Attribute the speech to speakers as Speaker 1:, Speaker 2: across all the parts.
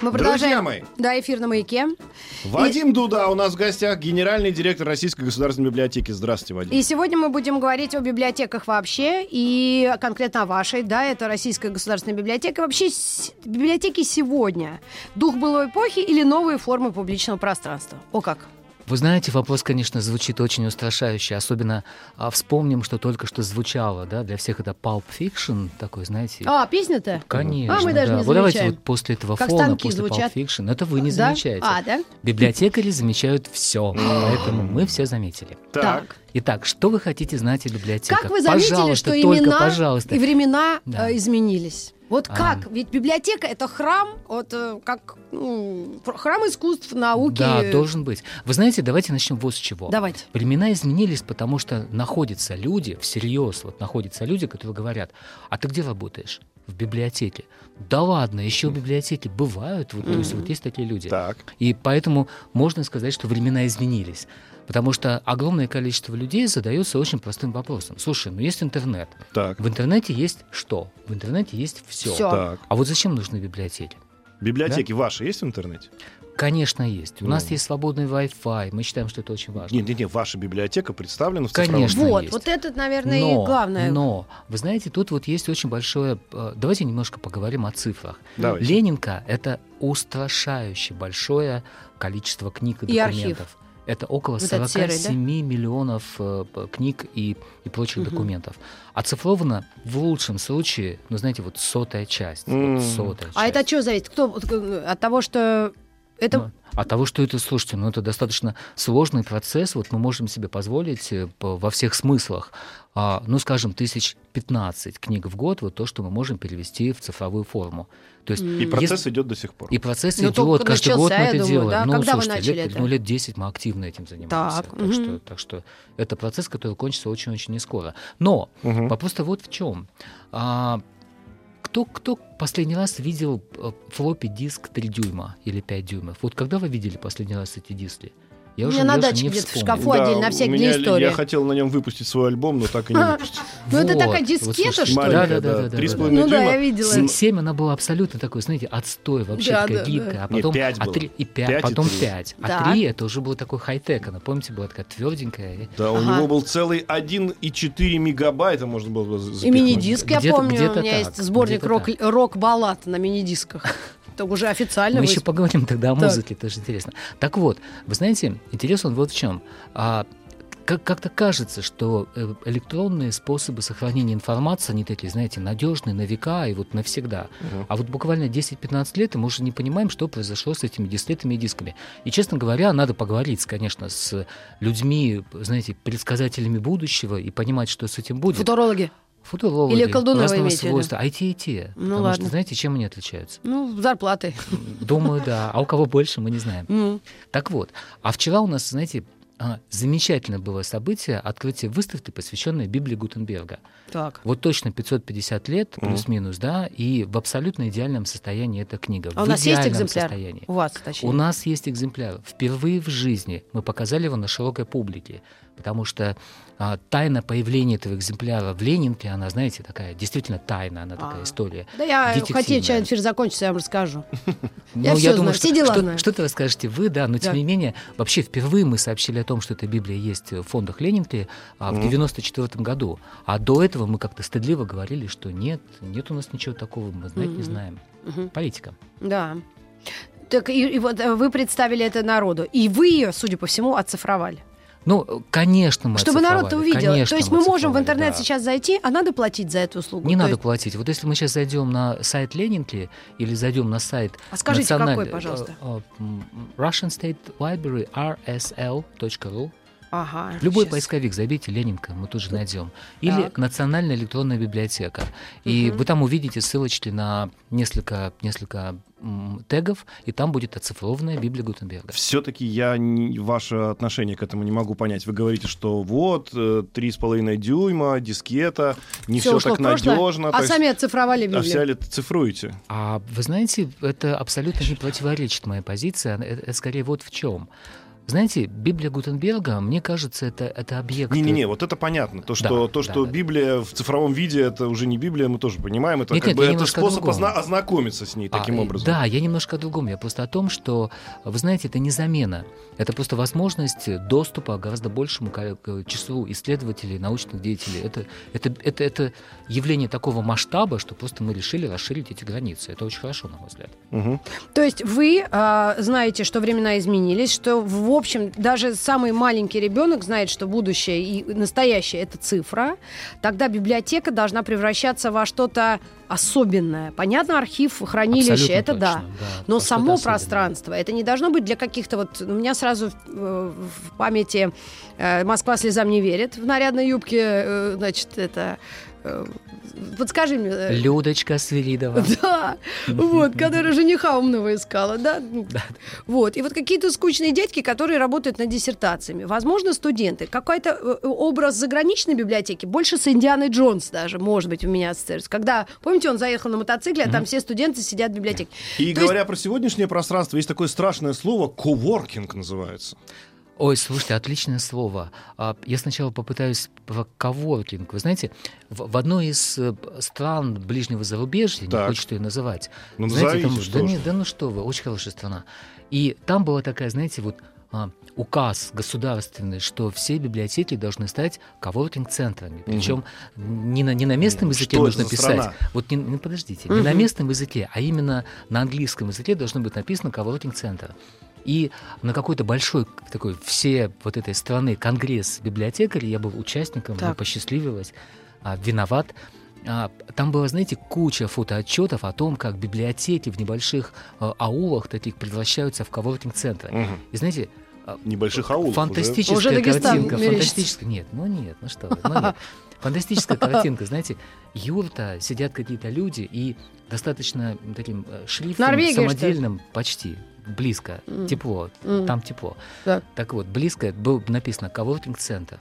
Speaker 1: Мы
Speaker 2: Друзья
Speaker 1: продолжаем.
Speaker 2: мои.
Speaker 1: Да, эфир на маяке.
Speaker 2: Вадим Дуда у нас в гостях, генеральный директор Российской государственной библиотеки. Здравствуйте, Вадим.
Speaker 1: И сегодня мы будем говорить о библиотеках вообще и конкретно о вашей, да, это Российская государственная библиотека. Вообще с- библиотеки сегодня. Дух былой эпохи или новые формы публичного пространства? О как?
Speaker 3: Вы знаете, вопрос, конечно, звучит очень устрашающе, особенно а, вспомним, что только что звучало, да, для всех это Pulp Fiction, такой, знаете...
Speaker 1: А, песня-то?
Speaker 3: Конечно,
Speaker 1: А, мы даже
Speaker 3: да.
Speaker 1: не
Speaker 3: Вот давайте
Speaker 1: замечаем.
Speaker 3: вот после этого
Speaker 1: Как
Speaker 3: фона,
Speaker 1: станки
Speaker 3: после
Speaker 1: звучат.
Speaker 3: Pulp Fiction, это вы не
Speaker 1: Да?
Speaker 3: замечаете.
Speaker 1: А, да?
Speaker 3: Библиотекари замечают все, поэтому мы все заметили. Итак, что вы хотите знать о библиотеках?
Speaker 1: Как вы заметили,
Speaker 3: пожалуйста,
Speaker 1: что
Speaker 3: только,
Speaker 1: имена
Speaker 3: пожалуйста.
Speaker 1: и времена
Speaker 3: Да.
Speaker 1: э, изменились? Вот
Speaker 3: А.
Speaker 1: как? Ведь библиотека это храм, вот э, как ну, фр- храм искусств, науки.
Speaker 3: Да, должен быть. Вы знаете, давайте начнем вот с чего.
Speaker 1: Давайте.
Speaker 3: Времена изменились, потому что находятся люди, всерьез, вот находятся люди, которые говорят, а ты где работаешь? В библиотеке. Да ладно, еще в библиотеке бывают, вот, то есть вот есть такие люди.
Speaker 2: Так.
Speaker 3: И поэтому можно сказать, что времена изменились. Потому что огромное количество людей задается очень простым вопросом. Слушай, ну есть интернет.
Speaker 2: Так.
Speaker 3: В интернете есть что? В интернете есть все.
Speaker 1: Всё.
Speaker 2: Так.
Speaker 3: А вот зачем нужны библиотеки?
Speaker 2: Библиотеки ваши есть в интернете?
Speaker 3: Конечно, есть. У нас
Speaker 2: Ну.
Speaker 3: есть свободный Wi-Fi. Мы считаем, что это очень важно.
Speaker 2: Нет, нет, нет, ваша библиотека представлена в
Speaker 3: Конечно.
Speaker 2: цифровом.
Speaker 1: Вот,
Speaker 3: есть.
Speaker 1: вот этот, наверное,
Speaker 3: но,
Speaker 1: и главное.
Speaker 3: но, вы знаете, тут вот есть очень большое... э, Давайте немножко поговорим о цифрах.
Speaker 2: Давайте.
Speaker 3: Ленинка — это устрашающе большое количество книг и
Speaker 1: И архив.
Speaker 3: документов. Это около
Speaker 1: Вот этот
Speaker 3: 47
Speaker 1: серый, да?
Speaker 3: миллионов э, п- книг и, и прочих
Speaker 1: Мгм.
Speaker 3: документов. Оцифровано в лучшем случае, ну, знаете, вот сотая часть. вот
Speaker 2: М.
Speaker 3: сотая
Speaker 1: А
Speaker 3: часть.
Speaker 1: это от чего зависит? Кто вот, э, от того, что это
Speaker 3: Ну, От того, что это, слушайте, ну это достаточно сложный процесс, вот мы можем себе позволить э, по- во всех смыслах, а, ну, скажем, тысяч 15 книг в год, вот то, что мы можем перевести в цифровую форму. То есть
Speaker 2: И
Speaker 1: М.
Speaker 2: процесс идет до сих пор.
Speaker 3: и процесс
Speaker 1: Ну,
Speaker 3: идет,
Speaker 1: только
Speaker 3: каждый год мы
Speaker 1: начался, я
Speaker 3: это
Speaker 1: думаю,
Speaker 3: делаем.
Speaker 1: да?
Speaker 3: Ну,
Speaker 1: Когда вы
Speaker 3: слушайте,
Speaker 1: начали
Speaker 3: лет,
Speaker 1: это?
Speaker 3: ну, лет 10 мы активно этим занимаемся.
Speaker 1: Так,
Speaker 3: Так,
Speaker 1: мгм.
Speaker 3: что, так что это процесс, который кончится очень-очень не скоро. Но
Speaker 2: Мгм.
Speaker 3: вопрос-то вот в чем. кто, кто последний раз видел э, флоппи диск 3 дюйма или 5 дюймов? Вот когда вы видели последний раз эти диски? Я
Speaker 1: У меня на
Speaker 3: я
Speaker 1: даче
Speaker 3: не
Speaker 1: где-то в
Speaker 3: вспомню.
Speaker 1: шкафу. Фу, отдельно,
Speaker 2: у
Speaker 1: на всякие
Speaker 2: меня-
Speaker 1: истории.
Speaker 2: Я хотел на нем выпустить свой альбом, но так и не выпустил.
Speaker 1: Ну, это такая
Speaker 3: Вот,
Speaker 1: дискета,
Speaker 3: слушайте,
Speaker 1: что ли?
Speaker 3: Да,
Speaker 2: Маленькая,
Speaker 3: да, да,
Speaker 2: да,
Speaker 3: да, да,
Speaker 2: три с
Speaker 3: да.
Speaker 2: половиной
Speaker 1: Ну да,
Speaker 2: дюйма.
Speaker 1: я видела.
Speaker 3: Се- Семь, она была абсолютно такой, знаете, отстой вообще,
Speaker 1: Да,
Speaker 3: такая
Speaker 1: да,
Speaker 3: гибкая.
Speaker 1: да.
Speaker 3: А
Speaker 2: Не,
Speaker 3: потом,
Speaker 2: пять
Speaker 3: а
Speaker 2: было.
Speaker 3: три- и пять,
Speaker 2: Пять и
Speaker 3: потом
Speaker 2: три.
Speaker 3: пять.
Speaker 1: Так.
Speaker 3: А три это уже было такой хай-тек. Она, помните, была такая тверденькая.
Speaker 2: Да, у
Speaker 1: Ага.
Speaker 2: него был целый 1,4 мегабайта можно было бы запихнуть.
Speaker 1: и мини-диск, я
Speaker 3: Где-то-
Speaker 1: помню,
Speaker 3: где-то
Speaker 1: у меня
Speaker 3: так,
Speaker 1: есть сборник
Speaker 3: где-то
Speaker 1: рок, рок-баллад на мини-дисках. Это уже официально
Speaker 3: Мы
Speaker 1: вы-
Speaker 3: еще поговорим тогда о
Speaker 1: Так.
Speaker 3: музыке, это же интересно. Так вот, вы знаете, интерес он вот в чем. А, как- как-то кажется, что э, электронные способы сохранения информации, они такие, знаете, надежные на века и вот навсегда.
Speaker 2: Мгм.
Speaker 3: А вот буквально 10-15 лет, и мы уже не понимаем, что произошло с этими дискетами и дисками. И, честно говоря, надо поговорить, конечно, с людьми, знаете, предсказателями будущего и понимать, что с этим будет.
Speaker 1: Футурологи.
Speaker 3: Футурологи
Speaker 1: Или колдуны вы
Speaker 3: разного
Speaker 1: имеете в виду?
Speaker 3: свойства, а и те, и те.
Speaker 1: Ну,
Speaker 3: потому
Speaker 1: ладно.
Speaker 3: что, знаете, чем они отличаются?
Speaker 1: Ну, зарплаты.
Speaker 3: Думаю, да. А у кого больше, мы не знаем.
Speaker 1: Ну,
Speaker 3: Так вот, а вчера у нас, знаете, а, замечательное было событие, открытие выставки, посвященной Библии Гутенберга.
Speaker 1: Так.
Speaker 3: Вот точно 550 лет, плюс-минус, да, и в абсолютно идеальном состоянии эта книга.
Speaker 1: А у
Speaker 3: в
Speaker 1: нас есть
Speaker 3: идеальном
Speaker 1: экземпляр?
Speaker 3: состоянии.
Speaker 1: У вас, точнее.
Speaker 3: У нас есть экземпляр. Впервые в жизни мы показали его на широкой публике, потому что а, тайна появления этого экземпляра в Ленинке, она, знаете, такая действительно тайна, она такая
Speaker 1: А.
Speaker 3: история.
Speaker 1: Да я
Speaker 3: детективная.
Speaker 1: хотела чай эфир закончится, я вам расскажу. Я
Speaker 3: Ну,
Speaker 1: всё
Speaker 3: я думаю,
Speaker 1: знаю,
Speaker 3: что,
Speaker 1: все дела
Speaker 3: что-
Speaker 1: знаю.
Speaker 3: что-то расскажете вы, да, но тем
Speaker 1: Да.
Speaker 3: не менее, вообще впервые мы сообщили о том, что эта Библия есть в фондах Ленинки а, в 94 году. А до этого мы как-то стыдливо говорили, что нет, нет у нас ничего такого, мы знать
Speaker 1: Мгм.
Speaker 3: не знаем.
Speaker 1: Мгм.
Speaker 3: Политика.
Speaker 1: Да. Так, и, и вот э, вы представили это народу. И вы ее, судя по всему, оцифровали.
Speaker 3: Ну, э, конечно, мы
Speaker 1: Чтобы народ
Speaker 3: оцифровали,
Speaker 1: увидел.
Speaker 3: конечно,
Speaker 1: То есть мы можем в
Speaker 3: оцифровали,
Speaker 1: интернет
Speaker 3: да.
Speaker 1: сейчас зайти, а надо платить за эту услугу.
Speaker 3: Не
Speaker 1: То
Speaker 3: надо
Speaker 1: есть-
Speaker 3: платить. Вот если мы сейчас зайдем на сайт Ленинки или зайдем на сайт э,
Speaker 1: А скажите,
Speaker 3: националь-
Speaker 1: какой, пожалуйста?
Speaker 3: э, э, м, Russian State Library, rsl.ru,
Speaker 1: Ага.
Speaker 3: Любой
Speaker 1: щас.
Speaker 3: поисковик забейте Ленинка, мы тут же найдем. Или
Speaker 1: Так.
Speaker 3: Национальная электронная библиотека. И
Speaker 1: Мгм.
Speaker 3: вы там увидите ссылочки на несколько, несколько м, тегов, и там будет оцифрованная Библия Гутенберга.
Speaker 2: Все-таки я не- ваше отношение к этому не могу понять. Вы говорите, что вот, э, три с половиной дюйма, дискета, не
Speaker 1: Всё
Speaker 2: все,
Speaker 1: ушло
Speaker 2: так
Speaker 1: в прошлое,
Speaker 2: надежно.
Speaker 1: А сами оцифровали
Speaker 2: а вся
Speaker 1: Библию.
Speaker 2: ли цифруете?
Speaker 3: А вы знаете, это абсолютно не противоречит моей позиции, она- это, это скорее вот в чем. Знаете, Библия Гутенберга, мне кажется, это, это объект...
Speaker 2: Не-не-не, вот это понятно. То, что,
Speaker 3: Да,
Speaker 2: то,
Speaker 3: да,
Speaker 2: что
Speaker 3: да.
Speaker 2: Библия в цифровом виде, это уже не Библия, мы тоже понимаем. Это
Speaker 3: Нет,
Speaker 2: как
Speaker 3: нет,
Speaker 2: бы
Speaker 3: я
Speaker 2: это
Speaker 3: немножко о
Speaker 2: способ
Speaker 3: другом.
Speaker 2: озна- ознакомиться с ней
Speaker 3: А,
Speaker 2: таким
Speaker 3: э,
Speaker 2: образом.
Speaker 3: Да, я немножко о другом. Я просто о том, что, вы знаете, это не замена. Это просто возможность доступа к гораздо большему ко- к числу исследователей, научных деятелей. Это, это, это, это явление такого масштаба, что просто мы решили расширить эти границы. Это очень хорошо, на мой взгляд.
Speaker 2: Мгм.
Speaker 1: То есть вы а, знаете, что времена изменились, что в общем даже самый маленький ребенок знает, что будущее и настоящее это цифра. Тогда библиотека должна превращаться во что-то особенное. Понятно, архив, хранилище,
Speaker 3: Абсолютно
Speaker 1: это
Speaker 3: точно,
Speaker 1: да. Но
Speaker 3: во что-то
Speaker 1: само
Speaker 3: особенное.
Speaker 1: пространство, это не должно быть для каких-то вот... У меня сразу в, э, в памяти э, «Москва слезам не верит» в нарядной юбке, э, значит, это... э, Подскажи мне... э,
Speaker 3: Людочка Свиридова.
Speaker 1: да, вот, которая жениха умного искала, да? Вот, и вот какие-то скучные дядьки, которые работают над диссертациями. Возможно, студенты. Какой-то э, образ заграничной библиотеки, больше с Индианой Джонс даже, может быть, у меня ассоциируется. Когда, помните, он заехал на мотоцикле, а там все студенты сидят в библиотеке.
Speaker 2: И
Speaker 1: То
Speaker 2: говоря про сегодняшнее пространство, есть такое страшное слово «коворкинг» называется.
Speaker 3: Ой, слушайте, отличное слово. А, Я сначала попытаюсь про коворкинг. Вы знаете, в в одной из э, стран ближнего зарубежья, не
Speaker 2: Так.
Speaker 3: хочется ее называть,
Speaker 2: Ну,
Speaker 3: знаете,
Speaker 2: назовите,
Speaker 3: там-
Speaker 2: что
Speaker 3: да,
Speaker 2: уж.
Speaker 3: не- да ну что вы, очень хорошая страна. И там была такая, знаете, вот а, указ государственный, что все библиотеки должны стать коворкинг-центрами. Причем не, на, не на местном
Speaker 2: Мгм.
Speaker 3: языке
Speaker 2: Что
Speaker 3: нужно
Speaker 2: это за
Speaker 3: писать.
Speaker 2: страна?
Speaker 3: Вот не, ну, подождите, не
Speaker 1: Мгм.
Speaker 3: на местном языке, а именно на английском языке должно быть написано коворкинг-центр. И на какой-то большой такой все вот этой страны конгресс библиотекарей я был участником, мне
Speaker 1: Так.
Speaker 3: посчастливилось, а, виноват. А, Там была, знаете, куча фотоотчетов о том, как библиотеки в небольших э, аулах таких превращаются в коворкинг-центры.
Speaker 2: Мгм.
Speaker 3: И знаете, э,
Speaker 2: Небольших аулов уже.
Speaker 3: Фантастическая
Speaker 1: Уже Дагестан
Speaker 3: картинка.
Speaker 1: мерещится.
Speaker 3: Фантастическая. Нет, ну нет, ну что вы, ну нет. Фантастическая картинка, знаете, юрта, сидят какие-то люди и достаточно таким э, шрифтом
Speaker 1: Норвегия, что ли?
Speaker 3: самодельным почти близко,
Speaker 1: Мгм.
Speaker 3: тепло,
Speaker 1: Мгм.
Speaker 3: там тепло.
Speaker 1: Так.
Speaker 3: вот, близко было написано «Коворкинг центр».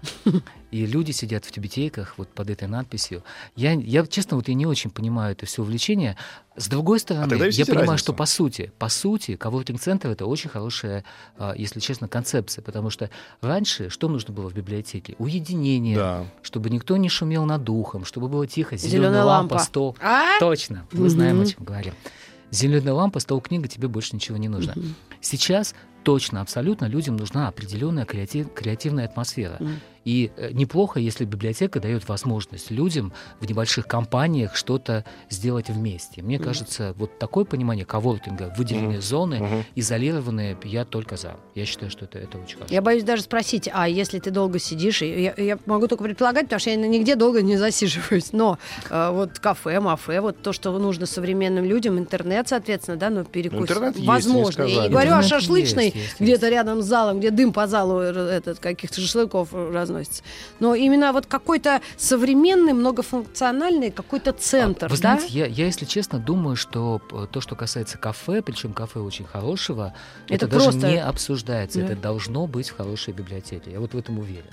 Speaker 3: И люди сидят в тюбетейках вот под этой надписью. Я, я честно, вот я не очень понимаю это все увлечение. С другой стороны,
Speaker 2: тогда
Speaker 3: я
Speaker 2: объясните
Speaker 3: понимаю,
Speaker 2: разницу.
Speaker 3: что по сути, по сути, коворкинг центр это очень хорошая, а, если честно, концепция, потому что раньше что нужно было в библиотеке? Уединение,
Speaker 2: Да.
Speaker 3: чтобы никто не шумел над духом, чтобы было тихо,
Speaker 1: Зелёная
Speaker 3: зеленая, лампа,
Speaker 1: лампа.
Speaker 3: стол.
Speaker 1: А?
Speaker 3: Точно, мы знаем, о
Speaker 1: Мгм.
Speaker 3: чем говорим. Зеленая лампа, стол, книга, тебе больше ничего не нужно.
Speaker 1: Мгм.
Speaker 3: Сейчас точно, абсолютно людям нужна определенная креатив- креативная атмосфера.
Speaker 1: Мгм.
Speaker 3: И э, неплохо, если библиотека дает возможность людям в небольших компаниях что-то сделать вместе. Мне кажется, вот такое понимание коворкинга, выделенные зоны,
Speaker 2: Мгм.
Speaker 3: изолированные, я только за. Я считаю, что это, это очень хорошо.
Speaker 1: Я боюсь даже спросить, а если ты долго сидишь, и я, я могу только предполагать, потому что я нигде долго не засиживаюсь, но э, вот кафе, мафе, вот то, что нужно современным людям, интернет, соответственно, да, ну перекус.
Speaker 2: Ну, интернет есть, не
Speaker 1: Возможно. я не
Speaker 2: сказали.
Speaker 1: говорю о
Speaker 3: Интернет
Speaker 1: шашлычной,
Speaker 3: есть, есть,
Speaker 1: где-то
Speaker 3: есть.
Speaker 1: рядом с залом, где дым по залу э, этот, каких-то шашлыков э, разносится. Но именно вот какой-то современный, многофункциональный какой-то центр,
Speaker 3: А Вы
Speaker 1: да?
Speaker 3: знаете, я, я, если честно, думаю, что э, то, что касается кафе, причем кафе очень хорошего,
Speaker 1: Это
Speaker 3: это, даже
Speaker 1: просто-
Speaker 3: не обсуждается.
Speaker 1: Да.
Speaker 3: Это должно быть в хорошей библиотеке. Я вот в этом уверен.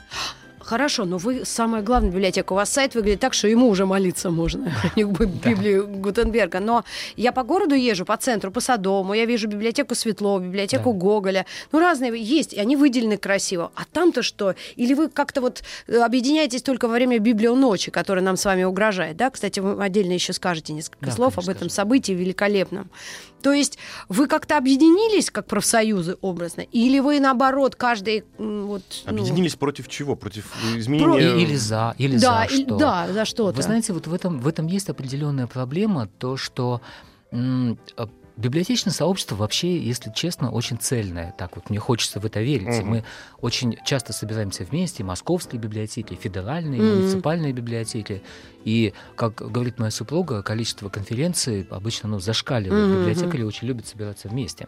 Speaker 1: Хорошо, но вы самая главная библиотека. У вас сайт выглядит так, что ему уже молиться можно. Не бы Библию Гутенберга. Но я по городу езжу, по центру, по Садому. Я вижу библиотеку Светлова, библиотеку
Speaker 3: Да.
Speaker 1: Гоголя. Ну, разные есть, и они выделены красиво. А там-то что? Или вы как-то вот э, объединяетесь только во время библионочи, которая нам с вами угрожает, да? Кстати, вы отдельно еще скажете несколько
Speaker 3: Да,
Speaker 1: слов
Speaker 3: конечно,
Speaker 1: об этом
Speaker 3: скажу.
Speaker 1: событии великолепном. То есть вы как-то объединились, как профсоюзы, образно? Или вы, наоборот, каждый м, вот... ну,
Speaker 2: Объединились против чего? Против
Speaker 3: И-
Speaker 2: изменения...
Speaker 3: или за, или
Speaker 1: да,
Speaker 3: за
Speaker 1: и-
Speaker 3: что.
Speaker 1: да, за что-то.
Speaker 3: Вы знаете, вот в этом, в этом есть определенная проблема, то, что м, э, библиотечное сообщество вообще, если честно, очень цельное. Так вот, мне хочется в это верить. И
Speaker 2: Мгм.
Speaker 3: Мы очень часто собираемся вместе, московские библиотеки, федеральные,
Speaker 1: Мгм.
Speaker 3: муниципальные библиотеки. И, как говорит моя супруга, количество конференций обычно ну, зашкаливает.
Speaker 1: Мгм.
Speaker 3: Библиотекари очень любят собираться вместе.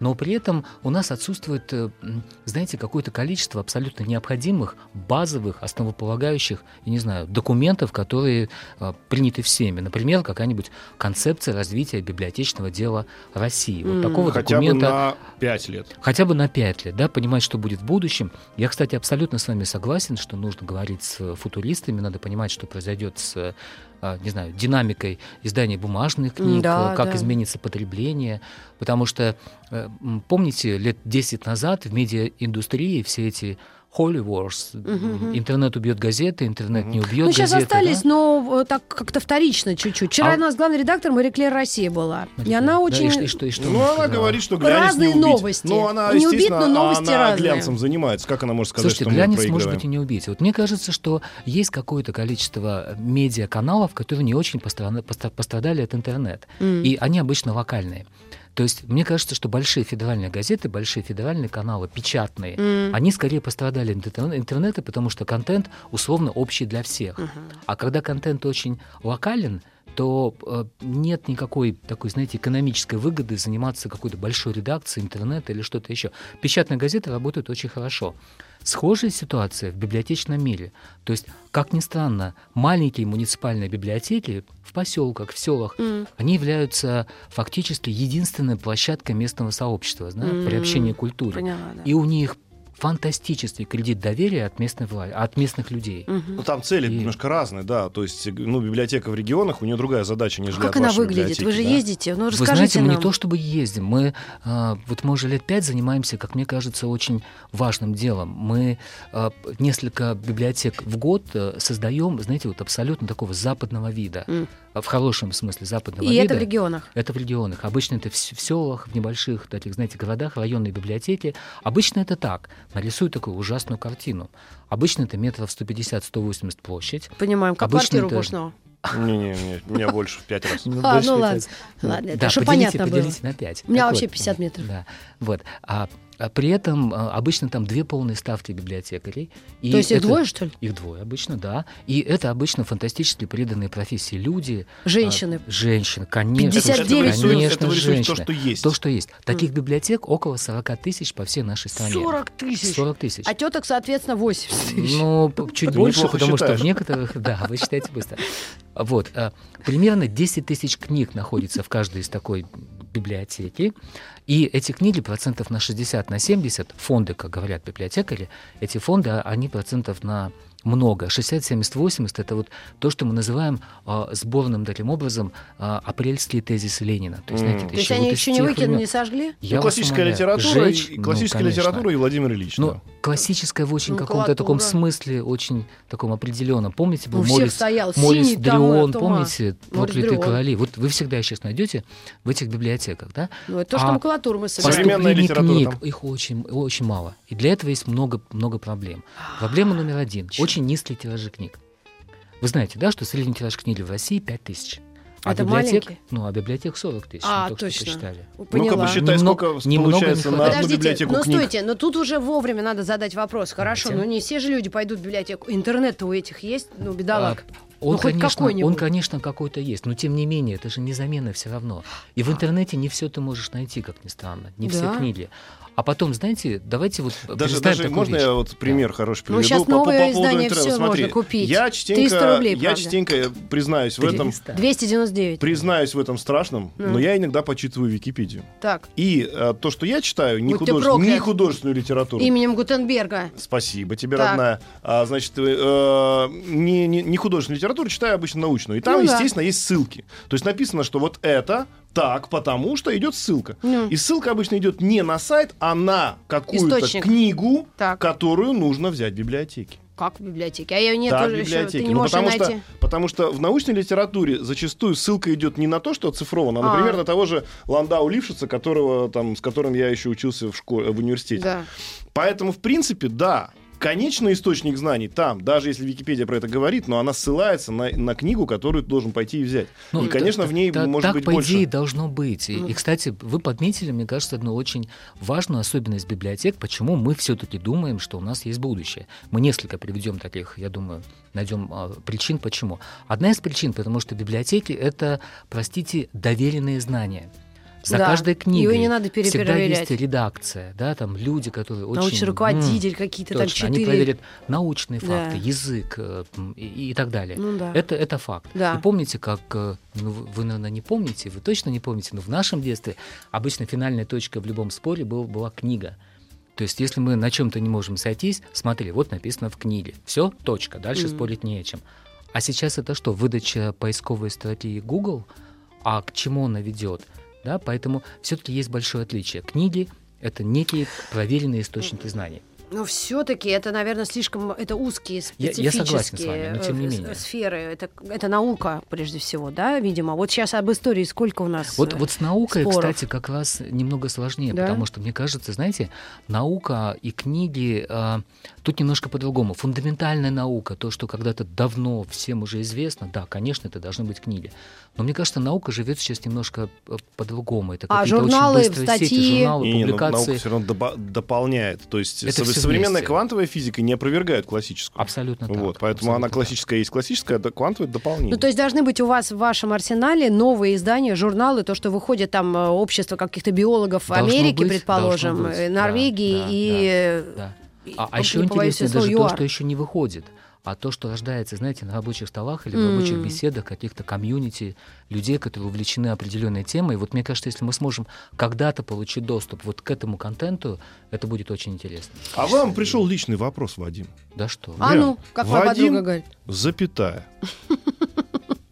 Speaker 3: но при этом у нас отсутствует, э, м, знаете, какое-то количество абсолютно необходимых, базовых, основополагающих, я не знаю, документов, которые э, приняты всеми. Например, какая-нибудь концепция развития библиотечного дела России. Вот
Speaker 1: М.
Speaker 3: такого
Speaker 2: Хотя бы
Speaker 3: документа
Speaker 2: на 5 лет.
Speaker 3: хотя бы на 5 лет, да, понимать, что будет в будущем. Я, кстати, абсолютно с вами согласен, что нужно говорить с э, футуристами, надо понимать, что произойдет с, э, а, не знаю, динамикой издания бумажных книг,
Speaker 1: Да,
Speaker 3: э, как
Speaker 1: да.
Speaker 3: изменится потребление, потому что, э, м, помните, лет 10 назад в медиаиндустрии все эти holy wars, м,
Speaker 1: Мгм.
Speaker 3: интернет убьет газеты, интернет не убьет
Speaker 1: Ну, сейчас
Speaker 3: газеты.
Speaker 1: остались,
Speaker 3: да?
Speaker 1: но э, так как-то вторично чуть-чуть. Вчера
Speaker 3: А-
Speaker 1: у нас главный редактор Мари Клер России была. И
Speaker 3: Да,
Speaker 1: она очень...
Speaker 3: и что- и что- и что
Speaker 2: Ну,
Speaker 3: она
Speaker 2: она
Speaker 3: сказала?
Speaker 2: говорит, что глянец
Speaker 1: Разные
Speaker 2: не убить.
Speaker 1: новости.
Speaker 2: Ну, она,
Speaker 1: Не убить,
Speaker 2: естественно,
Speaker 1: но новости
Speaker 2: она
Speaker 1: разные.
Speaker 2: глянцем занимается. Как она может сказать,
Speaker 3: Слушайте,
Speaker 2: что мы
Speaker 3: глянец
Speaker 2: проигрываем?
Speaker 3: может быть и не убить. Вот мне кажется, что есть какое-то количество э, медиаканалов, которые не очень постра- поста- пострадали от интернета.
Speaker 1: М.
Speaker 3: И они обычно локальные. То есть мне кажется, что большие федеральные газеты, большие федеральные каналы, печатные,
Speaker 1: М.
Speaker 3: они скорее пострадали от интерн- интернета, потому что контент условно общий для всех.
Speaker 1: Мгм.
Speaker 3: А когда контент очень локален, то э, нет никакой такой, знаете, экономической выгоды заниматься какой-то большой редакцией интернета или что-то еще. Печатные газеты работают очень хорошо. Схожая ситуация в библиотечном мире. То есть, как ни странно, маленькие муниципальные библиотеки в поселках, в селах,
Speaker 1: М.
Speaker 3: они являются фактически единственной площадкой местного сообщества, зна- приобщения
Speaker 1: М,
Speaker 3: к культуре.
Speaker 1: Поняла, да.
Speaker 3: И у них фантастический кредит доверия от, местной вла- от местных людей.
Speaker 1: Мгм.
Speaker 2: Ну, там цели
Speaker 3: И-
Speaker 2: немножко разные, да. То есть, ну, библиотека в регионах, у нее другая задача, нежели
Speaker 1: Как
Speaker 2: от
Speaker 1: она
Speaker 2: вашей
Speaker 1: выглядит? Вы же
Speaker 2: библиотеки, да.
Speaker 1: ездите. Ну, расскажите
Speaker 3: Вы знаете, мы
Speaker 1: нам.
Speaker 3: не то чтобы ездим, мы а, вот мы уже лет пять занимаемся, как мне кажется, очень важным делом. Мы а, п- несколько библиотек в год э, создаем, знаете, вот абсолютно такого западного вида,
Speaker 1: М.
Speaker 3: А, в хорошем смысле западного
Speaker 1: И
Speaker 3: вида.
Speaker 1: это в регионах.
Speaker 3: Это в регионах. Обычно это в, с- в селах, в небольших таких, знаете, городах, районные библиотеки. Обычно это так. Нарисуют такую ужасную картину. Обычно это метров 150-180 площадь.
Speaker 1: Понимаем, как
Speaker 3: Обычно
Speaker 1: квартиру
Speaker 3: это-
Speaker 1: Пушного.
Speaker 2: Не-не-не, у меня больше в пять раз.
Speaker 1: А,
Speaker 3: больше
Speaker 1: ну
Speaker 3: это-
Speaker 1: ладно. Ладно, это
Speaker 3: Э, да,
Speaker 1: чтобы
Speaker 3: поделите,
Speaker 1: понятно было.
Speaker 3: поделите на 5.
Speaker 1: У меня вообще 50 метров.
Speaker 3: Да, вот. А, а при этом а, обычно там две полные ставки библиотекарей. И
Speaker 1: То есть их
Speaker 3: это-
Speaker 1: двое, что ли?
Speaker 3: Их двое обычно, да. И это обычно фантастически преданные профессии люди. а,
Speaker 1: Женщины.
Speaker 3: женщины, конечно.
Speaker 1: 59
Speaker 2: Это вы рисуете- это
Speaker 3: Конечно,
Speaker 2: вы рисуете то,
Speaker 3: женщины.
Speaker 2: что есть.
Speaker 3: То, что есть. Таких библиотек около 40 тысяч по всей нашей стране.
Speaker 1: 40 тысяч.
Speaker 3: 40 тысяч.
Speaker 1: А теток, соответственно, 80 тысяч.
Speaker 3: Ну, п- чуть
Speaker 2: Ты
Speaker 3: больше,
Speaker 2: неплохо
Speaker 3: потому что
Speaker 2: считаешь.
Speaker 3: в некоторых, да, вы считаете быстро. Вот, э, примерно 10 тысяч книг находится в каждой из такой библиотеки. И эти книги процентов на 60, на 70, фонды, как говорят библиотекари, эти фонды, а, они процентов на много. 60, 70, 80 – это вот то, что мы называем э, сборным таким образом э, апрельские тезисы Ленина. То есть, знаете, это
Speaker 1: То есть
Speaker 3: ещё
Speaker 1: они
Speaker 3: вот из
Speaker 1: еще не
Speaker 3: тех
Speaker 1: выкинули,
Speaker 3: времён.
Speaker 1: не сожгли?
Speaker 2: Ну,
Speaker 3: Я вас
Speaker 2: классическая
Speaker 3: умоляю,
Speaker 2: литература,
Speaker 3: жечь,
Speaker 2: и-
Speaker 3: ну,
Speaker 2: классическая
Speaker 3: конечно.
Speaker 2: литература и Владимир Ильич. да.
Speaker 3: Ну, классическая в
Speaker 1: Ну,
Speaker 3: очень каком-то таком
Speaker 1: Макулатура.
Speaker 3: смысле, очень таком определенном. Помните, был
Speaker 1: У Ну, всех
Speaker 3: Ну, Морис,
Speaker 1: стоял
Speaker 3: Морис
Speaker 1: синий там,
Speaker 3: Дрион,
Speaker 1: это, ума.
Speaker 3: помните,
Speaker 1: Морис
Speaker 3: проклятые
Speaker 1: Дрион.
Speaker 3: короли. Вот вы всегда сейчас найдете в этих библиотеках, да?
Speaker 1: Ну, это то, что
Speaker 3: А
Speaker 1: макулатуру мы собираем.
Speaker 2: современ- Современная
Speaker 3: Поступлений
Speaker 2: литература
Speaker 3: книг,
Speaker 2: там.
Speaker 3: их очень, очень мало. И для этого есть много, много проблем. Проблема номер один. Очень низкие тиражи книг. Вы знаете, да, что средний тираж книги в России 5 тысяч. А
Speaker 1: Это
Speaker 3: библиотек,
Speaker 1: маленькие?
Speaker 3: ну, а библиотек 40 тысяч.
Speaker 1: А,
Speaker 3: мы только
Speaker 1: точно.
Speaker 3: Что посчитали.
Speaker 1: Поняла.
Speaker 2: Ну-ка, посчитай,
Speaker 3: Немного-
Speaker 2: сколько
Speaker 3: немного
Speaker 2: получается
Speaker 3: не
Speaker 2: на одну
Speaker 1: Подождите,
Speaker 2: библиотеку
Speaker 1: ну
Speaker 2: книг.
Speaker 1: стойте, но тут уже вовремя надо задать вопрос. Хорошо,
Speaker 3: Давайте.
Speaker 1: ну не все же люди пойдут в библиотеку. Интернет-то у этих есть, ну бедолаг.
Speaker 3: А, Он,
Speaker 1: Ну, хоть
Speaker 3: конечно, он,
Speaker 1: какой-нибудь.
Speaker 3: конечно, какой-то есть, но тем не менее, это же не замена все равно. И в интернете не все ты можешь найти, как ни странно, не
Speaker 1: Да.
Speaker 3: все книги. А потом, знаете, давайте вот
Speaker 2: Даже,
Speaker 3: представим
Speaker 2: даже
Speaker 3: такую
Speaker 2: можно
Speaker 3: вещь.
Speaker 2: я вот пример хороший
Speaker 1: Ну,
Speaker 2: приведу?
Speaker 1: щас новое
Speaker 2: поводу
Speaker 1: издание
Speaker 2: интернета?
Speaker 1: всё
Speaker 2: Смотри,
Speaker 1: можно купить.
Speaker 2: Я
Speaker 1: 300
Speaker 2: частенько,
Speaker 1: рублей,
Speaker 2: я
Speaker 1: правда.
Speaker 2: частенько признаюсь в этом,
Speaker 3: 300.
Speaker 1: 299.
Speaker 2: признаюсь в этом страшном,
Speaker 1: Ну.
Speaker 2: но я иногда почитываю Википедию.
Speaker 1: Так,
Speaker 2: И э, то, что я читаю, не,
Speaker 1: Будь Ну, ты
Speaker 2: худож-
Speaker 1: проклят.
Speaker 2: не художественную литературу.
Speaker 1: именем Гутенберга.
Speaker 2: Спасибо тебе,
Speaker 1: Так.
Speaker 2: родная. А, значит, э, э, не, не- не художественную литературу, читаю обычно научную. И там,
Speaker 1: Ну да.
Speaker 2: естественно, есть ссылки. То есть написано, что вот это так, потому что идет ссылка.
Speaker 1: Ну.
Speaker 2: И ссылка обычно идет не на сайт, а на какую-то
Speaker 1: Источник.
Speaker 2: книгу,
Speaker 1: Так.
Speaker 2: которую нужно взять в библиотеке.
Speaker 1: Как в библиотеке? А ее нет
Speaker 2: да, в
Speaker 1: уже ещё,
Speaker 2: библиотеке.
Speaker 1: Ты не
Speaker 2: Ну,
Speaker 1: можешь её
Speaker 2: потому,
Speaker 1: найти.
Speaker 2: что, потому что в научной литературе зачастую ссылка идет не на то, что оцифровано, а,
Speaker 1: А.
Speaker 2: например, на того же Ландау Лившица, которого, там, с которым я еще учился в, школе, в университете.
Speaker 1: Да.
Speaker 2: Поэтому, в принципе, да, конечный источник знаний там, даже если Википедия про это говорит, но она ссылается на, на книгу, которую ты должен пойти и взять.
Speaker 3: Ну,
Speaker 2: и, конечно,
Speaker 3: та-
Speaker 2: в ней
Speaker 3: та-
Speaker 2: может
Speaker 3: так,
Speaker 2: быть
Speaker 3: по
Speaker 2: больше.
Speaker 3: идее, должно быть. И, и, кстати, вы подметили, мне кажется, одну очень важную особенность библиотек, почему мы все-таки думаем, что у нас есть будущее. Мы несколько приведем таких, я думаю, найдем а, причин, почему. Одна из причин, потому что библиотеки — это, простите, доверенные знания. За
Speaker 1: Да.
Speaker 3: каждой книгой
Speaker 1: Её не надо
Speaker 3: всегда
Speaker 1: перепроверять.
Speaker 3: есть редакция, да, там люди, которые очень...
Speaker 1: Научный руководитель какие-то
Speaker 3: М,
Speaker 1: там
Speaker 3: точно, Они
Speaker 1: четыре.
Speaker 3: проверят научные
Speaker 1: Да.
Speaker 3: факты, язык э, м, и, и так далее.
Speaker 1: Ну да.
Speaker 3: Это, это факт.
Speaker 1: Да.
Speaker 3: И помните, как, э, ну, вы, вы, наверное, не помните, вы точно не помните, но в нашем детстве обычно финальная точка в любом споре был, была книга. То есть, если мы на чем-то не можем сойтись, смотри, вот написано в книге. Все, точка, дальше
Speaker 1: Мгм.
Speaker 3: спорить не о чем. А сейчас это что, выдача поисковой статьи Google? А к чему она ведет? Да, поэтому все-таки есть большое отличие. Книги — это некие проверенные источники знаний.
Speaker 1: Но все-таки это, наверное, слишком это узкие
Speaker 3: Я-
Speaker 1: специфические
Speaker 3: я согласен с вами, но тем не
Speaker 1: э,
Speaker 3: менее.
Speaker 1: сферы. Это, это наука прежде всего, да, видимо. Вот сейчас об истории сколько у нас.
Speaker 3: Вот,
Speaker 1: э,
Speaker 3: вот с наукой,
Speaker 1: споров.
Speaker 3: кстати, как раз немного сложнее,
Speaker 1: Да?
Speaker 3: потому что, мне кажется, знаете, наука и книги а, тут немножко по-другому. Фундаментальная наука, то, что когда-то давно всем уже известно, да, конечно, это должны быть книги. Но мне кажется, наука живет сейчас немножко э, по-другому. Это
Speaker 1: А,
Speaker 3: какие-то очень
Speaker 1: журналы,
Speaker 3: быстрые сети,
Speaker 1: статьи?
Speaker 3: журналы,
Speaker 2: Не, не, ну,
Speaker 3: публикации.
Speaker 2: наука все равно добо- дополняет. То есть со-
Speaker 3: Это всё
Speaker 2: современная
Speaker 3: вместе.
Speaker 2: квантовая физика не опровергает классическую.
Speaker 3: Абсолютно так.
Speaker 2: вот, поэтому
Speaker 3: абсолютно
Speaker 2: она
Speaker 3: так.
Speaker 2: классическая есть классическая, а до- квантовая дополнение.
Speaker 1: Ну, то есть должны быть у вас в вашем арсенале новые издания, журналы, то, что выходит там э, общество каких-то биологов
Speaker 3: Должно
Speaker 1: Америки,
Speaker 3: быть,
Speaker 1: предположим,
Speaker 3: должно быть.
Speaker 1: э,
Speaker 3: Да,
Speaker 1: Норвегии
Speaker 3: да,
Speaker 1: и... э,
Speaker 3: Да.
Speaker 1: и,
Speaker 3: А, а
Speaker 1: не
Speaker 3: еще
Speaker 1: побоюсь
Speaker 3: интереснее
Speaker 1: этого
Speaker 3: даже
Speaker 1: слова,
Speaker 3: то,
Speaker 1: ЮАР.
Speaker 3: что еще не выходит, а то, что рождается, знаете, на рабочих столах или в
Speaker 1: М.
Speaker 3: рабочих беседах каких-то комьюнити людей, которые увлечены определенной темой. Вот мне кажется, если мы сможем когда-то получить доступ вот к этому контенту, это будет очень интересно.
Speaker 2: А вам пришел личный вопрос, Вадим.
Speaker 3: Да что? вы.
Speaker 1: А
Speaker 2: Лен,
Speaker 1: ну, как моя
Speaker 2: Вадим-
Speaker 1: подруга говорит.
Speaker 2: Запятая.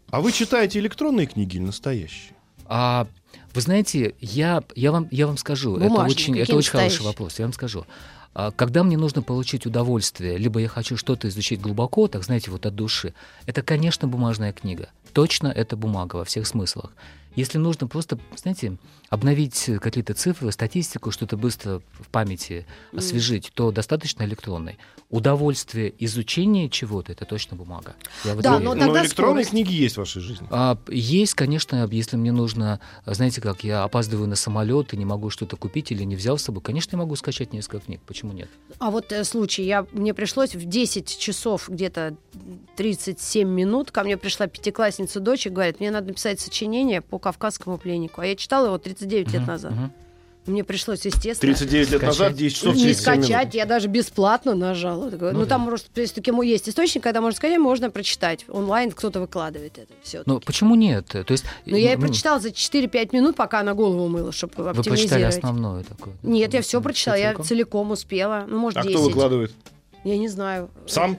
Speaker 2: А вы читаете электронные книги или настоящие?
Speaker 3: А, вы знаете, я, я, вам, я вам скажу,
Speaker 1: Бумажные,
Speaker 3: это очень, это
Speaker 1: какие
Speaker 3: очень хороший
Speaker 1: настоящие?
Speaker 3: вопрос, я вам скажу. А, Когда мне нужно получить удовольствие, либо я хочу что-то изучить глубоко, так знаете, вот от души, это, конечно, бумажная книга. Точно это бумага во всех смыслах. Если нужно просто, знаете, обновить э, какие-то цифры, статистику, что-то быстро в памяти
Speaker 1: Мгм.
Speaker 3: освежить, то достаточно электронной. Удовольствие изучения чего-то это точно бумага. Я в это
Speaker 1: Да,
Speaker 3: верю.
Speaker 1: но
Speaker 2: Но
Speaker 1: тогда
Speaker 2: электронные
Speaker 1: скорость.
Speaker 2: книги есть в вашей жизни.
Speaker 3: А, Есть, конечно, если мне нужно, а, знаете, как я опаздываю на самолет и не могу что-то купить или не взял с собой, конечно, я могу скачать несколько книг. Почему нет?
Speaker 1: А вот э, случай, я, мне пришлось в 10 часов где-то 37 минут, ко мне пришла пятиклассница дочь и говорит, мне надо написать сочинение по кавказскому пленнику. А я читала его 39 лет
Speaker 3: Мгм,
Speaker 1: назад.
Speaker 3: мгм.
Speaker 1: Мне пришлось, естественно...
Speaker 2: 39 лет
Speaker 3: Скачать.
Speaker 2: назад, 10 часов
Speaker 1: не
Speaker 2: через 7 минут.
Speaker 1: скачать, я даже бесплатно нажала. Такое, Ну,
Speaker 3: Ну
Speaker 1: там, может, все-таки есть источник, когда можно скачать, можно прочитать. Онлайн кто-то выкладывает это все.
Speaker 3: Но Ну, почему нет? То есть,
Speaker 1: Но Ну, я и
Speaker 3: м,
Speaker 1: прочитала за 4-5 минут, пока она голову мыла, чтобы
Speaker 3: ну, Вы прочитали
Speaker 1: оптимизировать.
Speaker 3: основное такое?
Speaker 1: Нет, я
Speaker 3: Ну,
Speaker 1: все
Speaker 3: ну,
Speaker 1: прочитала, я
Speaker 3: целиком?
Speaker 1: целиком успела. Ну, может,
Speaker 2: А кто
Speaker 1: 10.
Speaker 2: выкладывает?
Speaker 1: Я не знаю.
Speaker 2: Сам?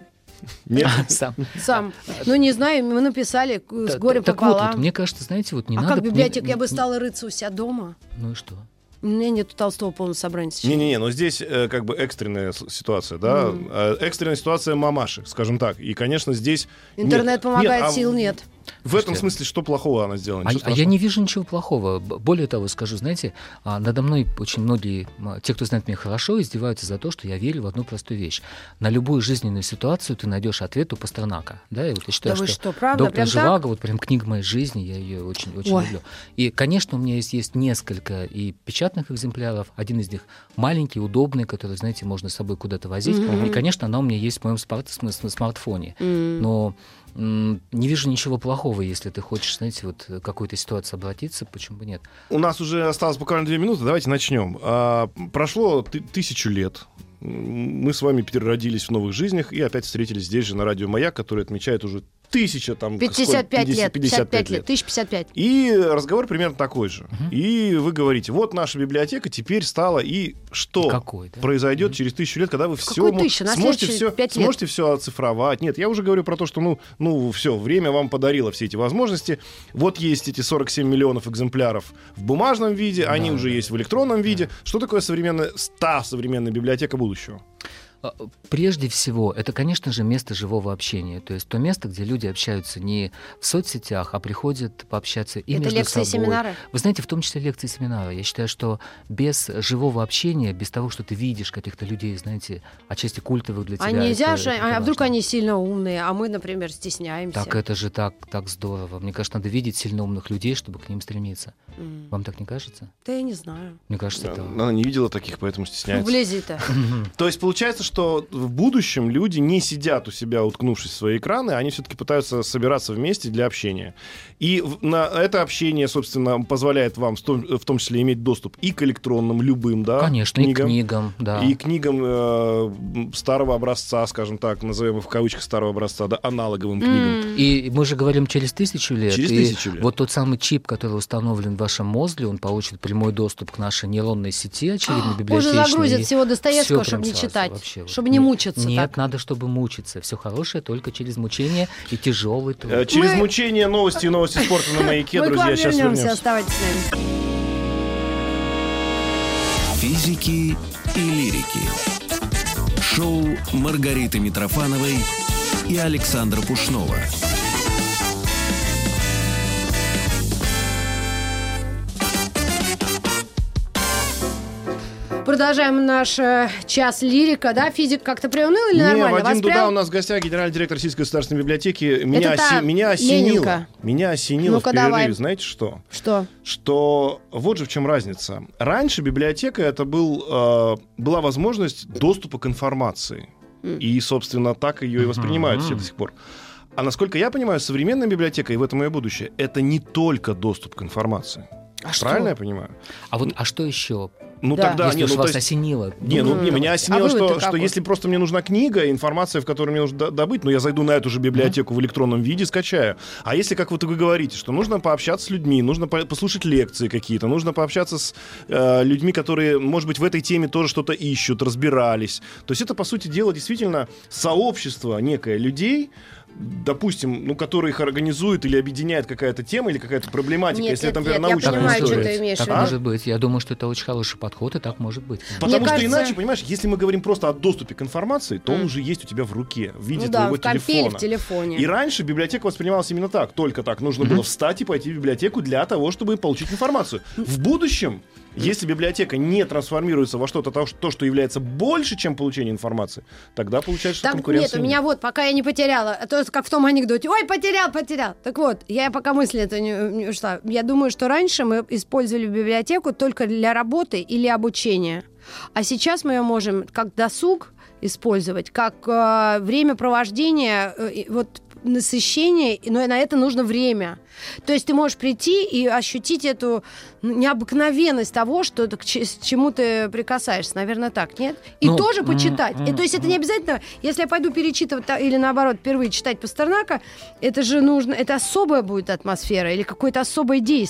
Speaker 2: Нет.
Speaker 3: Сам.
Speaker 1: Сам. Ну, не знаю, мы написали э, с
Speaker 3: Та-
Speaker 1: горем
Speaker 3: так вот,
Speaker 1: пополам.
Speaker 3: вот, мне кажется, знаете, вот не
Speaker 1: а
Speaker 3: надо...
Speaker 1: как
Speaker 3: не-
Speaker 1: библиотека? Я бы
Speaker 3: не-
Speaker 1: стала рыться у себя дома.
Speaker 3: Ну и что?
Speaker 1: У меня нету Толстого полного собрания сейчас.
Speaker 2: Не-не-не, но здесь э, как бы экстренная с- ситуация, да?
Speaker 1: Мгм.
Speaker 2: Э, экстренная ситуация мамаши, скажем так. И, конечно, здесь... нет,
Speaker 1: Интернет
Speaker 2: нет,
Speaker 1: помогает,
Speaker 2: а
Speaker 1: сил нет.
Speaker 2: В этом
Speaker 3: Слушайте.
Speaker 2: смысле что плохого она сделала?
Speaker 3: А,
Speaker 2: Ну, Ничего
Speaker 3: а я
Speaker 2: страшного.
Speaker 3: не вижу ничего плохого. Б- Более того, скажу, знаете, а, надо мной очень многие, м, те, кто знает меня хорошо, издеваются за то, что я верю в одну простую вещь. На любую жизненную ситуацию ты найдешь ответ у Пастернака. Да, и вот я считаю,
Speaker 1: Да вы
Speaker 3: что
Speaker 1: что, правда?
Speaker 3: Доктор
Speaker 1: Прям так?
Speaker 3: Живаго, вот прям книга моей жизни, я ее очень, очень
Speaker 1: Ой.
Speaker 3: люблю. И, конечно, у меня есть, есть несколько и печатных экземпляров. Один из них маленький, удобный, который, знаете, можно с собой куда-то возить.
Speaker 1: Мгм.
Speaker 3: И, конечно, она у меня есть в моем спарт- см- см- смартфоне.
Speaker 1: М.
Speaker 3: Но м, не вижу ничего плохого, если ты хочешь, знаете, вот э, к какой-то ситуации обратиться, почему бы нет?
Speaker 2: У нас уже осталось буквально две минуты, давайте начнем. А, прошло ты- тысячу лет. М, Мы с вами переродились в новых жизнях и опять встретились здесь же на радио «Маяк», который отмечает уже тысяча там... сколько?
Speaker 1: 55
Speaker 2: 50,
Speaker 1: лет, 55 лет, 1055.
Speaker 2: И разговор примерно такой же. И вы говорите, вот наша библиотека теперь стала и что
Speaker 3: Какой, да?
Speaker 2: произойдет
Speaker 3: Мгм.
Speaker 2: через тысячу лет, когда вы все
Speaker 1: какую тысячу? На
Speaker 2: сможете
Speaker 1: следующие
Speaker 2: все
Speaker 1: пять лет.
Speaker 2: сможете все оцифровать. Нет, я уже говорю про то, что ну ну все время вам подарило все эти возможности. Вот есть эти 47 миллионов экземпляров в бумажном виде, они
Speaker 3: Да,
Speaker 2: уже
Speaker 3: да,
Speaker 2: есть в
Speaker 3: да.
Speaker 2: электронном
Speaker 3: Да.
Speaker 2: виде. Что такое современная ста современная библиотека будущего?
Speaker 3: А, Прежде всего, это, конечно же, место живого общения. То есть то место, где люди общаются не в соцсетях, а приходят пообщаться и
Speaker 1: Это
Speaker 3: между
Speaker 1: лекции и
Speaker 3: собой.
Speaker 1: семинары.
Speaker 3: Вы знаете, в том числе лекции и семинары. Я считаю, что без живого общения, без того, что ты видишь каких-то людей, знаете, отчасти культовых для тебя.
Speaker 1: А нельзя
Speaker 3: это-
Speaker 1: же,
Speaker 3: это
Speaker 1: а вдруг
Speaker 3: важно.
Speaker 1: они сильно умные, а мы, например, стесняемся.
Speaker 3: Так это же так, так здорово. Мне кажется, надо видеть сильно умных людей, чтобы к ним стремиться.
Speaker 1: М.
Speaker 3: Вам так не кажется?
Speaker 1: Да я не знаю.
Speaker 3: Мне кажется, это...
Speaker 2: Она не видела таких, поэтому стесняется.
Speaker 1: Вблизи-то.
Speaker 2: То есть получается, что в будущем люди не сидят у себя, уткнувшись в свои экраны, они все-таки пытаются собираться вместе для общения. И в- на это общение, собственно, позволяет вам в том, в том числе иметь доступ и к электронным любым, да,
Speaker 3: Конечно,
Speaker 2: книгам,
Speaker 3: и книгам, да.
Speaker 2: и книгам э, старого образца, скажем так, назовем их в кавычках старого образца, да, аналоговым книгам.
Speaker 1: М.
Speaker 3: И мы же говорим через тысячу лет.
Speaker 2: Через
Speaker 3: и
Speaker 2: тысячу лет.
Speaker 3: Вот тот самый чип, который установлен в вашем мозге, он получит прямой доступ к нашей нейронной сети, очевидно,
Speaker 1: Он же
Speaker 3: библиотечной.
Speaker 1: загрузит
Speaker 3: и
Speaker 1: всего Достоевского,
Speaker 3: всё прям
Speaker 1: чтобы не
Speaker 3: сразу
Speaker 1: читать,
Speaker 3: вообще вот.
Speaker 1: чтобы не
Speaker 3: Нет,
Speaker 1: мучиться
Speaker 3: Нет,
Speaker 1: так.
Speaker 3: надо, чтобы мучиться. Все хорошее только через мучение и тяжелый труд.
Speaker 2: Э, Через
Speaker 1: Мы-
Speaker 2: мучение новости и новости спорта на маяке,
Speaker 1: Мы к вам
Speaker 2: друзья, сейчас
Speaker 1: вернемся,
Speaker 2: вернемся.
Speaker 1: оставайтесь с нами.
Speaker 4: Физики и лирики. Шоу Маргариты Митрофановой и Александра Пушнова.
Speaker 1: Продолжаем наш э, час лирика, да? Физик как-то приуныл или
Speaker 2: Не,
Speaker 1: нормально?
Speaker 2: Вадим
Speaker 1: Вас
Speaker 2: Дуда
Speaker 1: прям-
Speaker 2: у нас в гостях, генеральный директор Российской государственной библиотеки. Меня,
Speaker 1: Это та
Speaker 2: оси- меня осенило.
Speaker 1: Ленинка.
Speaker 2: Меня осенило
Speaker 1: Ну-ка,
Speaker 2: в перерыве,
Speaker 1: давай.
Speaker 2: знаете что?
Speaker 1: Что?
Speaker 2: Что вот же в чем разница. Раньше библиотека это был, э, была возможность доступа к информации.
Speaker 1: М.
Speaker 2: И, собственно, так ее и воспринимают все
Speaker 3: Мгм.
Speaker 2: до сих пор. А насколько я понимаю, современная библиотека, и в этом ее будущее, это не только доступ к информации.
Speaker 1: А что?
Speaker 2: Правильно я понимаю?
Speaker 3: А вот а что еще?
Speaker 2: Ну
Speaker 1: Да.
Speaker 2: тогда...
Speaker 3: Если
Speaker 2: не,
Speaker 3: уж
Speaker 2: ну, то
Speaker 3: вас
Speaker 2: есть-
Speaker 3: осенило.
Speaker 2: не, ну, не,
Speaker 1: М.
Speaker 2: меня
Speaker 1: А
Speaker 2: осенило, что,
Speaker 1: вывод-то
Speaker 2: что
Speaker 1: какой?
Speaker 2: если просто мне нужна книга, информация, в которой мне нужно до- добыть, но я зайду на эту же библиотеку в электронном виде, скачаю. А если, как вот вы говорите, что нужно пообщаться с людьми, нужно по- послушать лекции какие-то, нужно пообщаться с э, людьми, которые, может быть, в этой теме тоже что-то ищут, разбирались. То есть это, по сути дела, действительно сообщество некое людей, допустим, ну, которые их организует или объединяет какая-то тема или какая-то проблематика,
Speaker 1: Нет,
Speaker 2: если
Speaker 1: нет,
Speaker 2: это, например,
Speaker 1: нет, я
Speaker 2: научная
Speaker 1: понимаю, что
Speaker 2: история.
Speaker 1: ты имеешь в
Speaker 3: так
Speaker 2: виду.
Speaker 3: может быть. Я думаю, что это очень хороший подход, и так может быть.
Speaker 2: Потому
Speaker 1: Мне
Speaker 2: что
Speaker 1: кажется-
Speaker 2: иначе, понимаешь, если мы говорим просто о доступе к информации, то он
Speaker 1: Мгм.
Speaker 2: уже есть у тебя в руке, в виде
Speaker 1: Ну да,
Speaker 2: твоего
Speaker 1: в компе или в
Speaker 2: телефона.
Speaker 1: телефоне.
Speaker 2: И раньше библиотека воспринималась именно так, только так. Нужно было встать и пойти в библиотеку для того, чтобы получить информацию. В будущем, если библиотека не трансформируется во что-то то, что- то, что является больше, чем получение информации, тогда получается, что
Speaker 1: Так, нет,
Speaker 2: конкуренция...
Speaker 1: у меня вот, пока я не потеряла, а то как в том анекдоте, ой, потерял, потерял. Так вот, я пока мысль это не, не ушла. Я думаю, что раньше мы использовали библиотеку только для работы или обучения. А сейчас мы ее можем как досуг использовать, как э, время провождения, э, вот насыщение, но на это нужно время. То есть ты можешь прийти и ощутить эту ну, необыкновенность того, что ты к че- с чему ты прикасаешься. Наверное, так, нет? И
Speaker 3: Ну,
Speaker 1: тоже
Speaker 3: м,
Speaker 1: почитать. И
Speaker 3: м,
Speaker 1: то есть это не обязательно, если я пойду перечитывать та- или наоборот впервые читать Пастернака, это же нужно, это особая будет атмосфера или какое-то особое действие.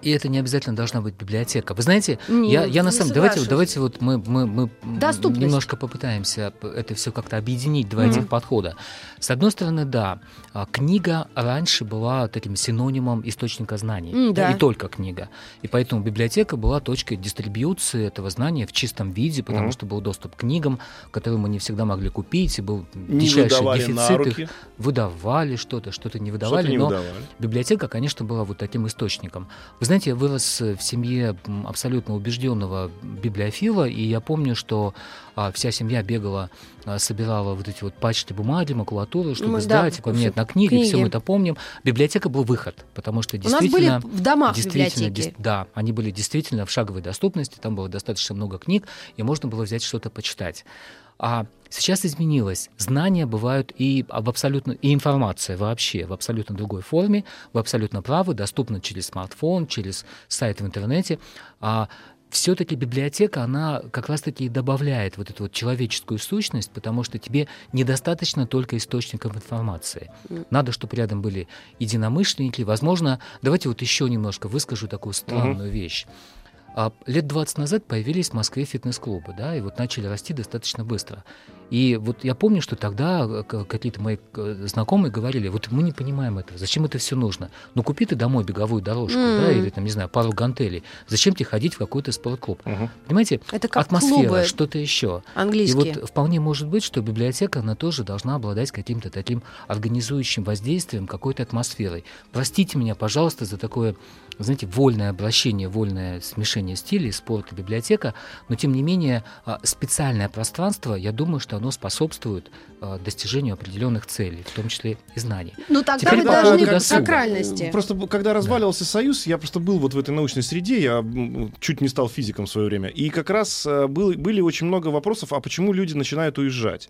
Speaker 3: И это не обязательно должна быть библиотека. Вы знаете,
Speaker 1: Не, ну,
Speaker 3: я, я на
Speaker 1: не
Speaker 3: самом давайте,
Speaker 1: соглашусь.
Speaker 3: давайте вот мы, мы, мы м,
Speaker 1: Доступность.
Speaker 3: немножко попытаемся п- это все как-то объединить, два этих
Speaker 1: Мгм.
Speaker 3: подхода. С одной стороны, да, а, книга раньше была таким синонимом источника знаний.
Speaker 1: М, да.
Speaker 3: И только книга. И поэтому библиотека была точкой дистрибьюции этого знания в чистом виде, потому
Speaker 2: Мгм.
Speaker 3: что был доступ к книгам, которые мы не всегда могли купить, и был
Speaker 2: не
Speaker 3: дичайший
Speaker 2: выдавали
Speaker 3: дефицит
Speaker 2: на
Speaker 3: их.
Speaker 2: руки,
Speaker 3: Выдавали что-то, что-то не выдавали,
Speaker 2: что-то не
Speaker 3: но
Speaker 2: выдавали.
Speaker 3: Библиотека, конечно, была вот таким источником. Вы знаете, я вырос э, в семье м, абсолютно убежденного библиофила, и я помню, что а, вся семья бегала, а, собирала вот эти вот пачки бумаги, макулатуры, чтобы
Speaker 1: Ну да,
Speaker 3: сдать и поменять на книги,
Speaker 1: книги.
Speaker 3: все мы это помним. Библиотека был выход, потому что
Speaker 1: У нас
Speaker 3: действительно...
Speaker 1: были в домах
Speaker 3: действительно,
Speaker 1: библиотеки.
Speaker 3: дес- да, они были действительно в шаговой доступности, там было достаточно много книг, и можно было взять что-то почитать. А сейчас изменилось. Знания бывают и об абсолютно и информация вообще в абсолютно другой форме. Вы абсолютно правы, доступна через смартфон, через сайт в интернете. А все-таки библиотека, она как раз-таки и добавляет вот эту вот человеческую сущность, потому что тебе недостаточно только источников информации.
Speaker 1: Мгм.
Speaker 3: Надо, чтобы рядом были единомышленники. Возможно, давайте вот еще немножко выскажу такую странную вещь. А, Лет 20 назад появились в Москве фитнес-клубы, да, и вот начали расти достаточно быстро. И вот я помню, что тогда э, к- какие-то мои э, знакомые говорили, вот мы не понимаем этого, зачем это все нужно? Ну купи ты домой беговую дорожку, да,
Speaker 1: Мгм.
Speaker 3: или там, не знаю, пару гантелей. Зачем тебе ходить в какой-то спортклуб?
Speaker 2: Мгм.
Speaker 3: Понимаете,
Speaker 1: Это как
Speaker 3: атмосфера,
Speaker 1: клубы
Speaker 3: что-то еще. И
Speaker 1: английские.
Speaker 3: вот э, вполне может быть, что библиотека, она тоже должна обладать каким-то таким организующим воздействием, какой-то атмосферой. Простите меня, пожалуйста, за такое, знаете, вольное обращение, вольное смешение стилей, спорт и библиотека, но тем не менее а, специальное пространство, я думаю, что оно способствует а, а, достижению определенных целей, в том числе и знаний.
Speaker 1: Ну тогда
Speaker 3: Теперь
Speaker 1: вы
Speaker 3: по
Speaker 1: должны
Speaker 3: поводу
Speaker 1: к
Speaker 3: досуга.
Speaker 1: сакральности.
Speaker 2: Эм, Просто б- когда разваливался Союз, я просто был вот в этой научной среде, я м, чуть не стал физиком в свое время. И как раз э, был- были очень много вопросов, а почему люди начинают уезжать.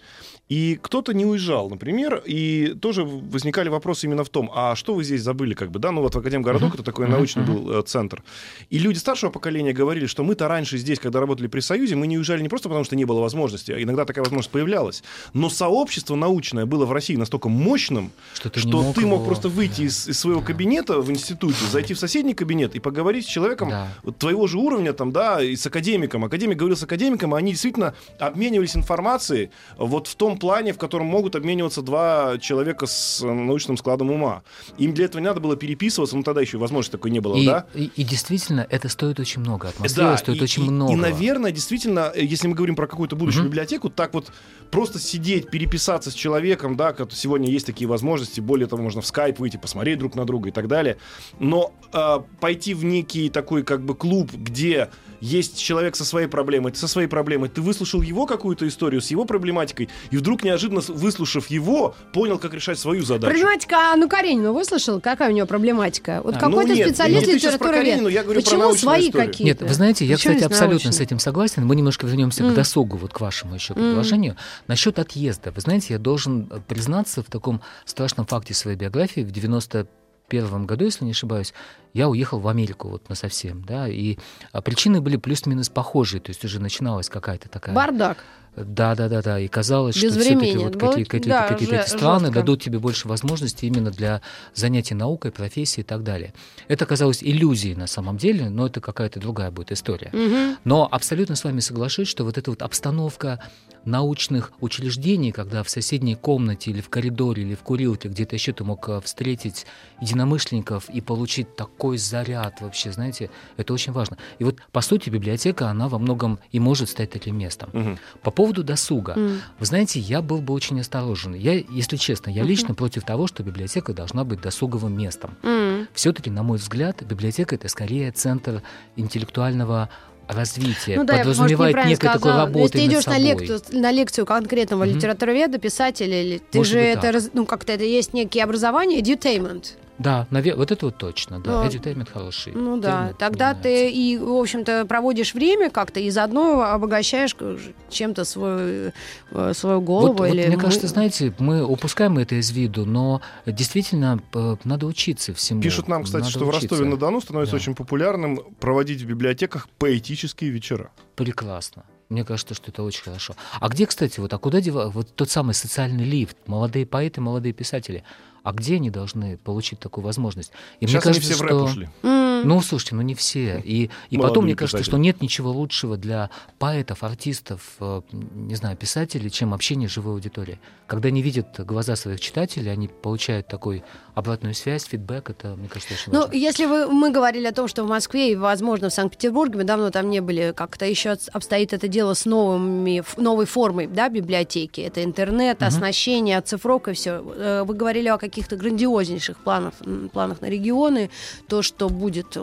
Speaker 2: И кто-то не уезжал, например, и тоже в- возникали вопросы именно в том, а что вы здесь забыли, как бы, да, ну вот в Академгородок
Speaker 3: Мгм.
Speaker 2: это такой
Speaker 3: Мгм.
Speaker 2: научный
Speaker 3: Мгм.
Speaker 2: был э, центр. И люди старшего поколения говорили, что мы-то раньше здесь, когда работали при Союзе, мы не уезжали не просто потому, что не было возможности, а иногда такая возможность появлялась, но сообщество научное было в России настолько мощным,
Speaker 3: Что ты, не
Speaker 2: что ты мог
Speaker 3: его-
Speaker 2: просто выйти
Speaker 3: да.
Speaker 2: из, из своего
Speaker 3: Да.
Speaker 2: кабинета в институте, зайти в соседний кабинет и поговорить с человеком
Speaker 3: Да.
Speaker 2: вот твоего же уровня, там, да, и с академиком. Академик говорил с академиком, и они действительно обменивались информацией вот в том плане, в котором могут обмениваться два человека с э, научным складом ума. Им для этого не надо было переписываться, ну тогда еще и возможности такой не было,
Speaker 3: И,
Speaker 2: да?
Speaker 3: и, и действительно, это стоит очень много. Атмосфера
Speaker 2: Да,
Speaker 3: стоит
Speaker 2: и-
Speaker 3: очень
Speaker 2: и-
Speaker 3: много.
Speaker 2: И, наверное, действительно, э, если мы говорим про какую-то будущую
Speaker 3: Мгм.
Speaker 2: библиотеку, так вот просто сидеть, переписаться с человеком, да, как сегодня есть такие возможности, более того, можно в скайп выйти, посмотреть друг на друга и так далее. Но э, пойти в некий такой как бы клуб, где есть человек со своей проблемой, ты со своей проблемой, ты выслушал его какую-то историю с его проблематикой, и вдруг неожиданно, с- выслушав его, понял, как решать свою задачу.
Speaker 1: Проблематика а, Анну Каренину выслышал? Какая у нее проблематика? Вот
Speaker 3: А,
Speaker 2: Ну,
Speaker 1: какой-то
Speaker 2: нет,
Speaker 1: специалист
Speaker 2: ну, ты щас про Каренину,
Speaker 1: литературы
Speaker 2: я говорю про
Speaker 1: Почему
Speaker 2: научную
Speaker 1: свои
Speaker 2: историю.
Speaker 1: какие
Speaker 3: Нет, вы знаете, я,
Speaker 1: Почему
Speaker 3: кстати,
Speaker 1: есть
Speaker 3: абсолютно
Speaker 1: научные?
Speaker 3: с этим согласен. Мы немножко вернемся
Speaker 1: Мгм.
Speaker 3: к досугу, вот к вашему еще
Speaker 1: Мгм.
Speaker 3: предложению. Насчет отъезда. Вы знаете, я должен э, признаться в таком страшном факте своей биографии. В 91 году, если не ошибаюсь, я уехал в Америку вот на совсем, да, и а, причины были плюс-минус похожие, то есть уже начиналась какая-то такая...
Speaker 1: Бардак.
Speaker 3: Да, да, да, да. И казалось,
Speaker 1: Без
Speaker 3: что все-таки
Speaker 1: времени.
Speaker 3: вот
Speaker 1: Было-
Speaker 3: какие- какие-то
Speaker 1: да,
Speaker 3: какие-то
Speaker 1: жё-
Speaker 3: эти страны
Speaker 1: жёстко.
Speaker 3: дадут тебе больше возможностей именно для занятий наукой, профессией и так далее. Это казалось иллюзией на самом деле, но это какая-то другая будет история.
Speaker 1: Мгм.
Speaker 3: Но абсолютно с вами соглашусь, что вот эта вот обстановка научных учреждений, когда в соседней комнате или в коридоре или в курилке где-то еще ты мог э, встретить единомышленников и получить такой заряд вообще, знаете, это очень важно. И вот, по сути, библиотека, она во многом и может стать таким местом.
Speaker 2: Мгм.
Speaker 3: По поводу досуга.
Speaker 1: М.
Speaker 3: Вы знаете, я был бы очень осторожен. Я, если честно, я
Speaker 1: Мгм.
Speaker 3: лично против того, что библиотека должна быть досуговым местом.
Speaker 1: М.
Speaker 3: Все-таки, на мой взгляд, библиотека это скорее центр интеллектуального развития,
Speaker 1: Ну да, я, может,
Speaker 3: Э, подразумевает
Speaker 1: неправильно
Speaker 3: некой такой
Speaker 1: сказала. Но
Speaker 3: работы
Speaker 1: Если ты
Speaker 3: над
Speaker 1: идешь на
Speaker 3: собой.
Speaker 1: лекцию, на лекцию конкретного
Speaker 3: Мгм.
Speaker 1: литературоведа, писателя, или ты
Speaker 3: Может
Speaker 1: же
Speaker 3: быть,
Speaker 1: это,
Speaker 3: так.
Speaker 1: раз- ну как-то это есть некие образования, edutainment.
Speaker 3: Да, наве- вот это вот точно, да.
Speaker 1: Но-
Speaker 3: Edutainment хороший.
Speaker 1: Ну да,
Speaker 3: термин,
Speaker 1: тогда
Speaker 3: мне
Speaker 1: ты и, в общем-то, проводишь время как-то и заодно обогащаешь к- чем-то свою, э, свою
Speaker 3: Вот-
Speaker 1: голову.
Speaker 3: вот
Speaker 1: или
Speaker 3: мне
Speaker 1: мы-
Speaker 3: кажется, знаете, мы упускаем это из виду, но действительно э, надо учиться всему.
Speaker 2: Пишут нам, кстати,
Speaker 3: Надо
Speaker 2: что в
Speaker 3: учиться.
Speaker 2: Ростове-на-Дону становится
Speaker 3: Да.
Speaker 2: очень популярным проводить в библиотеках поэтические вечера.
Speaker 3: Прекрасно. Мне кажется, что это очень хорошо. А где, кстати, вот, а куда дева, вот тот самый социальный лифт, молодые поэты, молодые писатели, а где они должны получить такую возможность? И
Speaker 2: Сейчас они все в рэп
Speaker 3: что-
Speaker 2: ушли.
Speaker 1: М.
Speaker 3: Ну, слушайте, ну не все. И, и
Speaker 2: Молодые
Speaker 3: потом, мне кажется,
Speaker 2: писатели.
Speaker 3: что нет ничего лучшего для поэтов, артистов, э, не знаю, писателей, чем общение с живой аудиторией. Когда они видят глаза своих читателей, они получают такой обратную связь, фидбэк, это, мне кажется, очень
Speaker 1: Ну,
Speaker 3: важно.
Speaker 1: если вы, мы говорили о том, что в Москве и, возможно, в Санкт-Петербурге, мы давно там не были, как-то еще отс- обстоит это дело с новыми, ф- новой формой да, библиотеки. Это интернет,
Speaker 3: Мгм.
Speaker 1: оснащение, оцифровка, все. Э, Вы говорили о каких-то грандиознейших планах, м, планах на регионы, то, что будет э,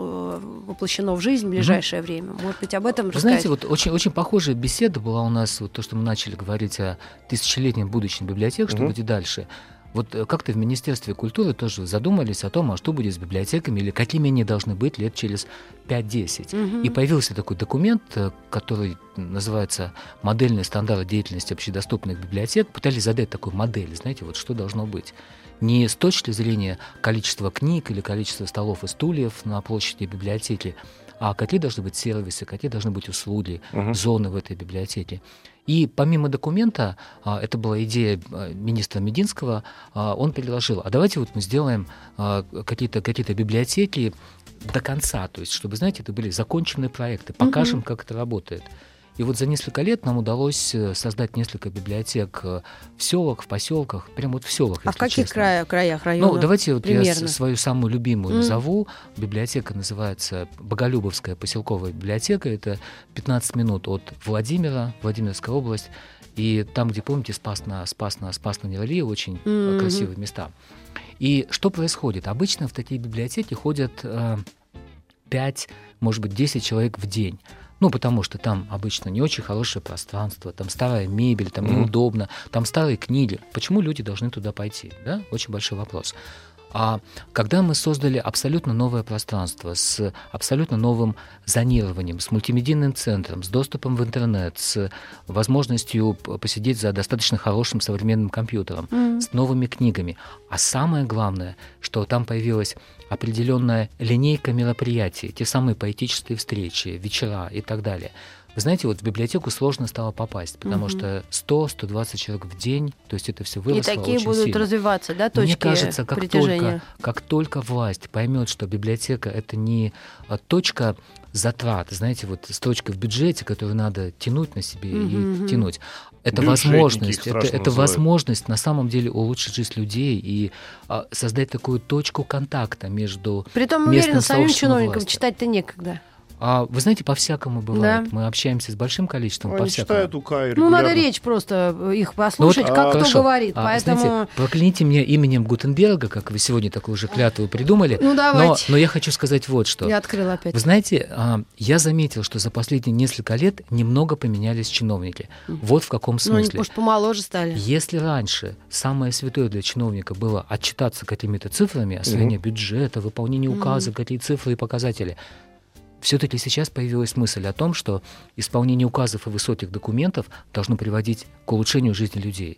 Speaker 1: воплощено в жизнь в ближайшее время. Может быть, об этом
Speaker 3: Вы знаете,
Speaker 1: рассказать?
Speaker 3: вот очень, очень похожая беседа была у нас, вот то, что мы начали говорить о тысячелетнем будущем библиотек, что
Speaker 2: Мгм.
Speaker 3: будет дальше. Вот э, как-то в Министерстве культуры тоже задумались о том, а что будет с библиотеками или какими они должны быть лет через 5-10.
Speaker 1: Мгм.
Speaker 3: И появился такой документ, э, который называется «Модельные стандарты деятельности общедоступных библиотек». Пытались задать такую модель, знаете, вот что должно быть. Не с точки зрения количества книг или количества столов и стульев на площади библиотеки, а какие должны быть сервисы, какие должны быть услуги,
Speaker 2: Мгм.
Speaker 3: зоны в этой библиотеке. И помимо документа, а, это была идея а, министра Мединского, а, он предложил, а давайте вот мы сделаем а, какие-то какие библиотеки до конца, то есть чтобы, знаете, это были законченные проекты, покажем,
Speaker 1: Мгм.
Speaker 3: как это работает. И вот за несколько лет нам удалось э, создать несколько библиотек э, в селах, в поселках, прям вот в селах.
Speaker 1: а в
Speaker 3: если
Speaker 1: каких
Speaker 3: честно.
Speaker 1: края- краях районов?
Speaker 3: Ну, давайте вот я
Speaker 1: примерно.
Speaker 3: с- свою самую любимую
Speaker 1: Мгм.
Speaker 3: назову. Библиотека называется Боголюбовская поселковая библиотека. Это 15 минут от Владимира, Владимирская область. И там, где, помните, спас на спас на спас на Невали, очень э,
Speaker 1: Мгм.
Speaker 3: красивые места. И что происходит? Обычно в такие библиотеки ходят э, 5, может быть, 10 человек в день. Ну, потому что там обычно не очень хорошее пространство, там старая мебель, там неудобно, там старые книги. Почему люди должны туда пойти? Да? Очень большой вопрос. А когда мы создали абсолютно новое пространство с абсолютно новым зонированием, с мультимедийным центром, с доступом в интернет, с возможностью п- посидеть за достаточно хорошим современным компьютером,
Speaker 1: Мгм.
Speaker 3: с новыми книгами, а самое главное, что там появилась определенная линейка мероприятий, те самые поэтические встречи, вечера и так далее. Вы знаете, вот в библиотеку сложно стало попасть, потому
Speaker 1: Мгм.
Speaker 3: что 100-120 человек в день, то есть это все
Speaker 5: И
Speaker 3: выросло
Speaker 5: такие
Speaker 3: очень
Speaker 5: будут
Speaker 3: сильно.
Speaker 5: развиваться, да, точки
Speaker 3: Мне кажется, как
Speaker 5: притяжения.
Speaker 3: только, как только власть поймет, что библиотека это не а, точка затрат, знаете, вот строчка в бюджете, которую надо тянуть на себе
Speaker 1: Мгм, мгм.
Speaker 3: и тянуть. Это
Speaker 2: Бюджетники
Speaker 3: возможность,
Speaker 2: их
Speaker 3: это,
Speaker 2: страшно
Speaker 3: это
Speaker 2: называют.
Speaker 3: возможность на самом деле улучшить жизнь людей и а, создать такую точку контакта между
Speaker 1: Притом,
Speaker 3: местным
Speaker 1: уверена, самим
Speaker 3: сообществом
Speaker 1: чиновникам
Speaker 3: власти.
Speaker 1: читать-то некогда.
Speaker 3: А, вы знаете, по-всякому бывает.
Speaker 1: Да.
Speaker 3: Мы общаемся с большим количеством,
Speaker 2: Они
Speaker 3: по-всякому.
Speaker 2: читают УК и
Speaker 1: Ну, надо
Speaker 2: регулярно.
Speaker 1: речь просто э, их послушать,
Speaker 2: а,
Speaker 1: как кто
Speaker 3: Хорошо.
Speaker 1: говорит.
Speaker 3: Ну, А,
Speaker 1: поэтому...
Speaker 3: знаете, прокляните меня именем Гутенберга, как вы сегодня такую же клятву придумали.
Speaker 1: Ну,
Speaker 3: но,
Speaker 1: давайте.
Speaker 3: но я хочу сказать вот что.
Speaker 1: Я открыла опять.
Speaker 3: Вы знаете, а, я заметил, что за последние несколько лет немного поменялись чиновники. Вот в каком
Speaker 1: Ну, они,
Speaker 3: смысле.
Speaker 1: может, помоложе стали.
Speaker 3: Если раньше самое святое для чиновника было отчитаться какими-то цифрами, освоение бюджета, выполнение указов, какие цифры и показатели, все-таки сейчас появилась мысль о том, что исполнение указов и высоких документов должно приводить к улучшению жизни людей.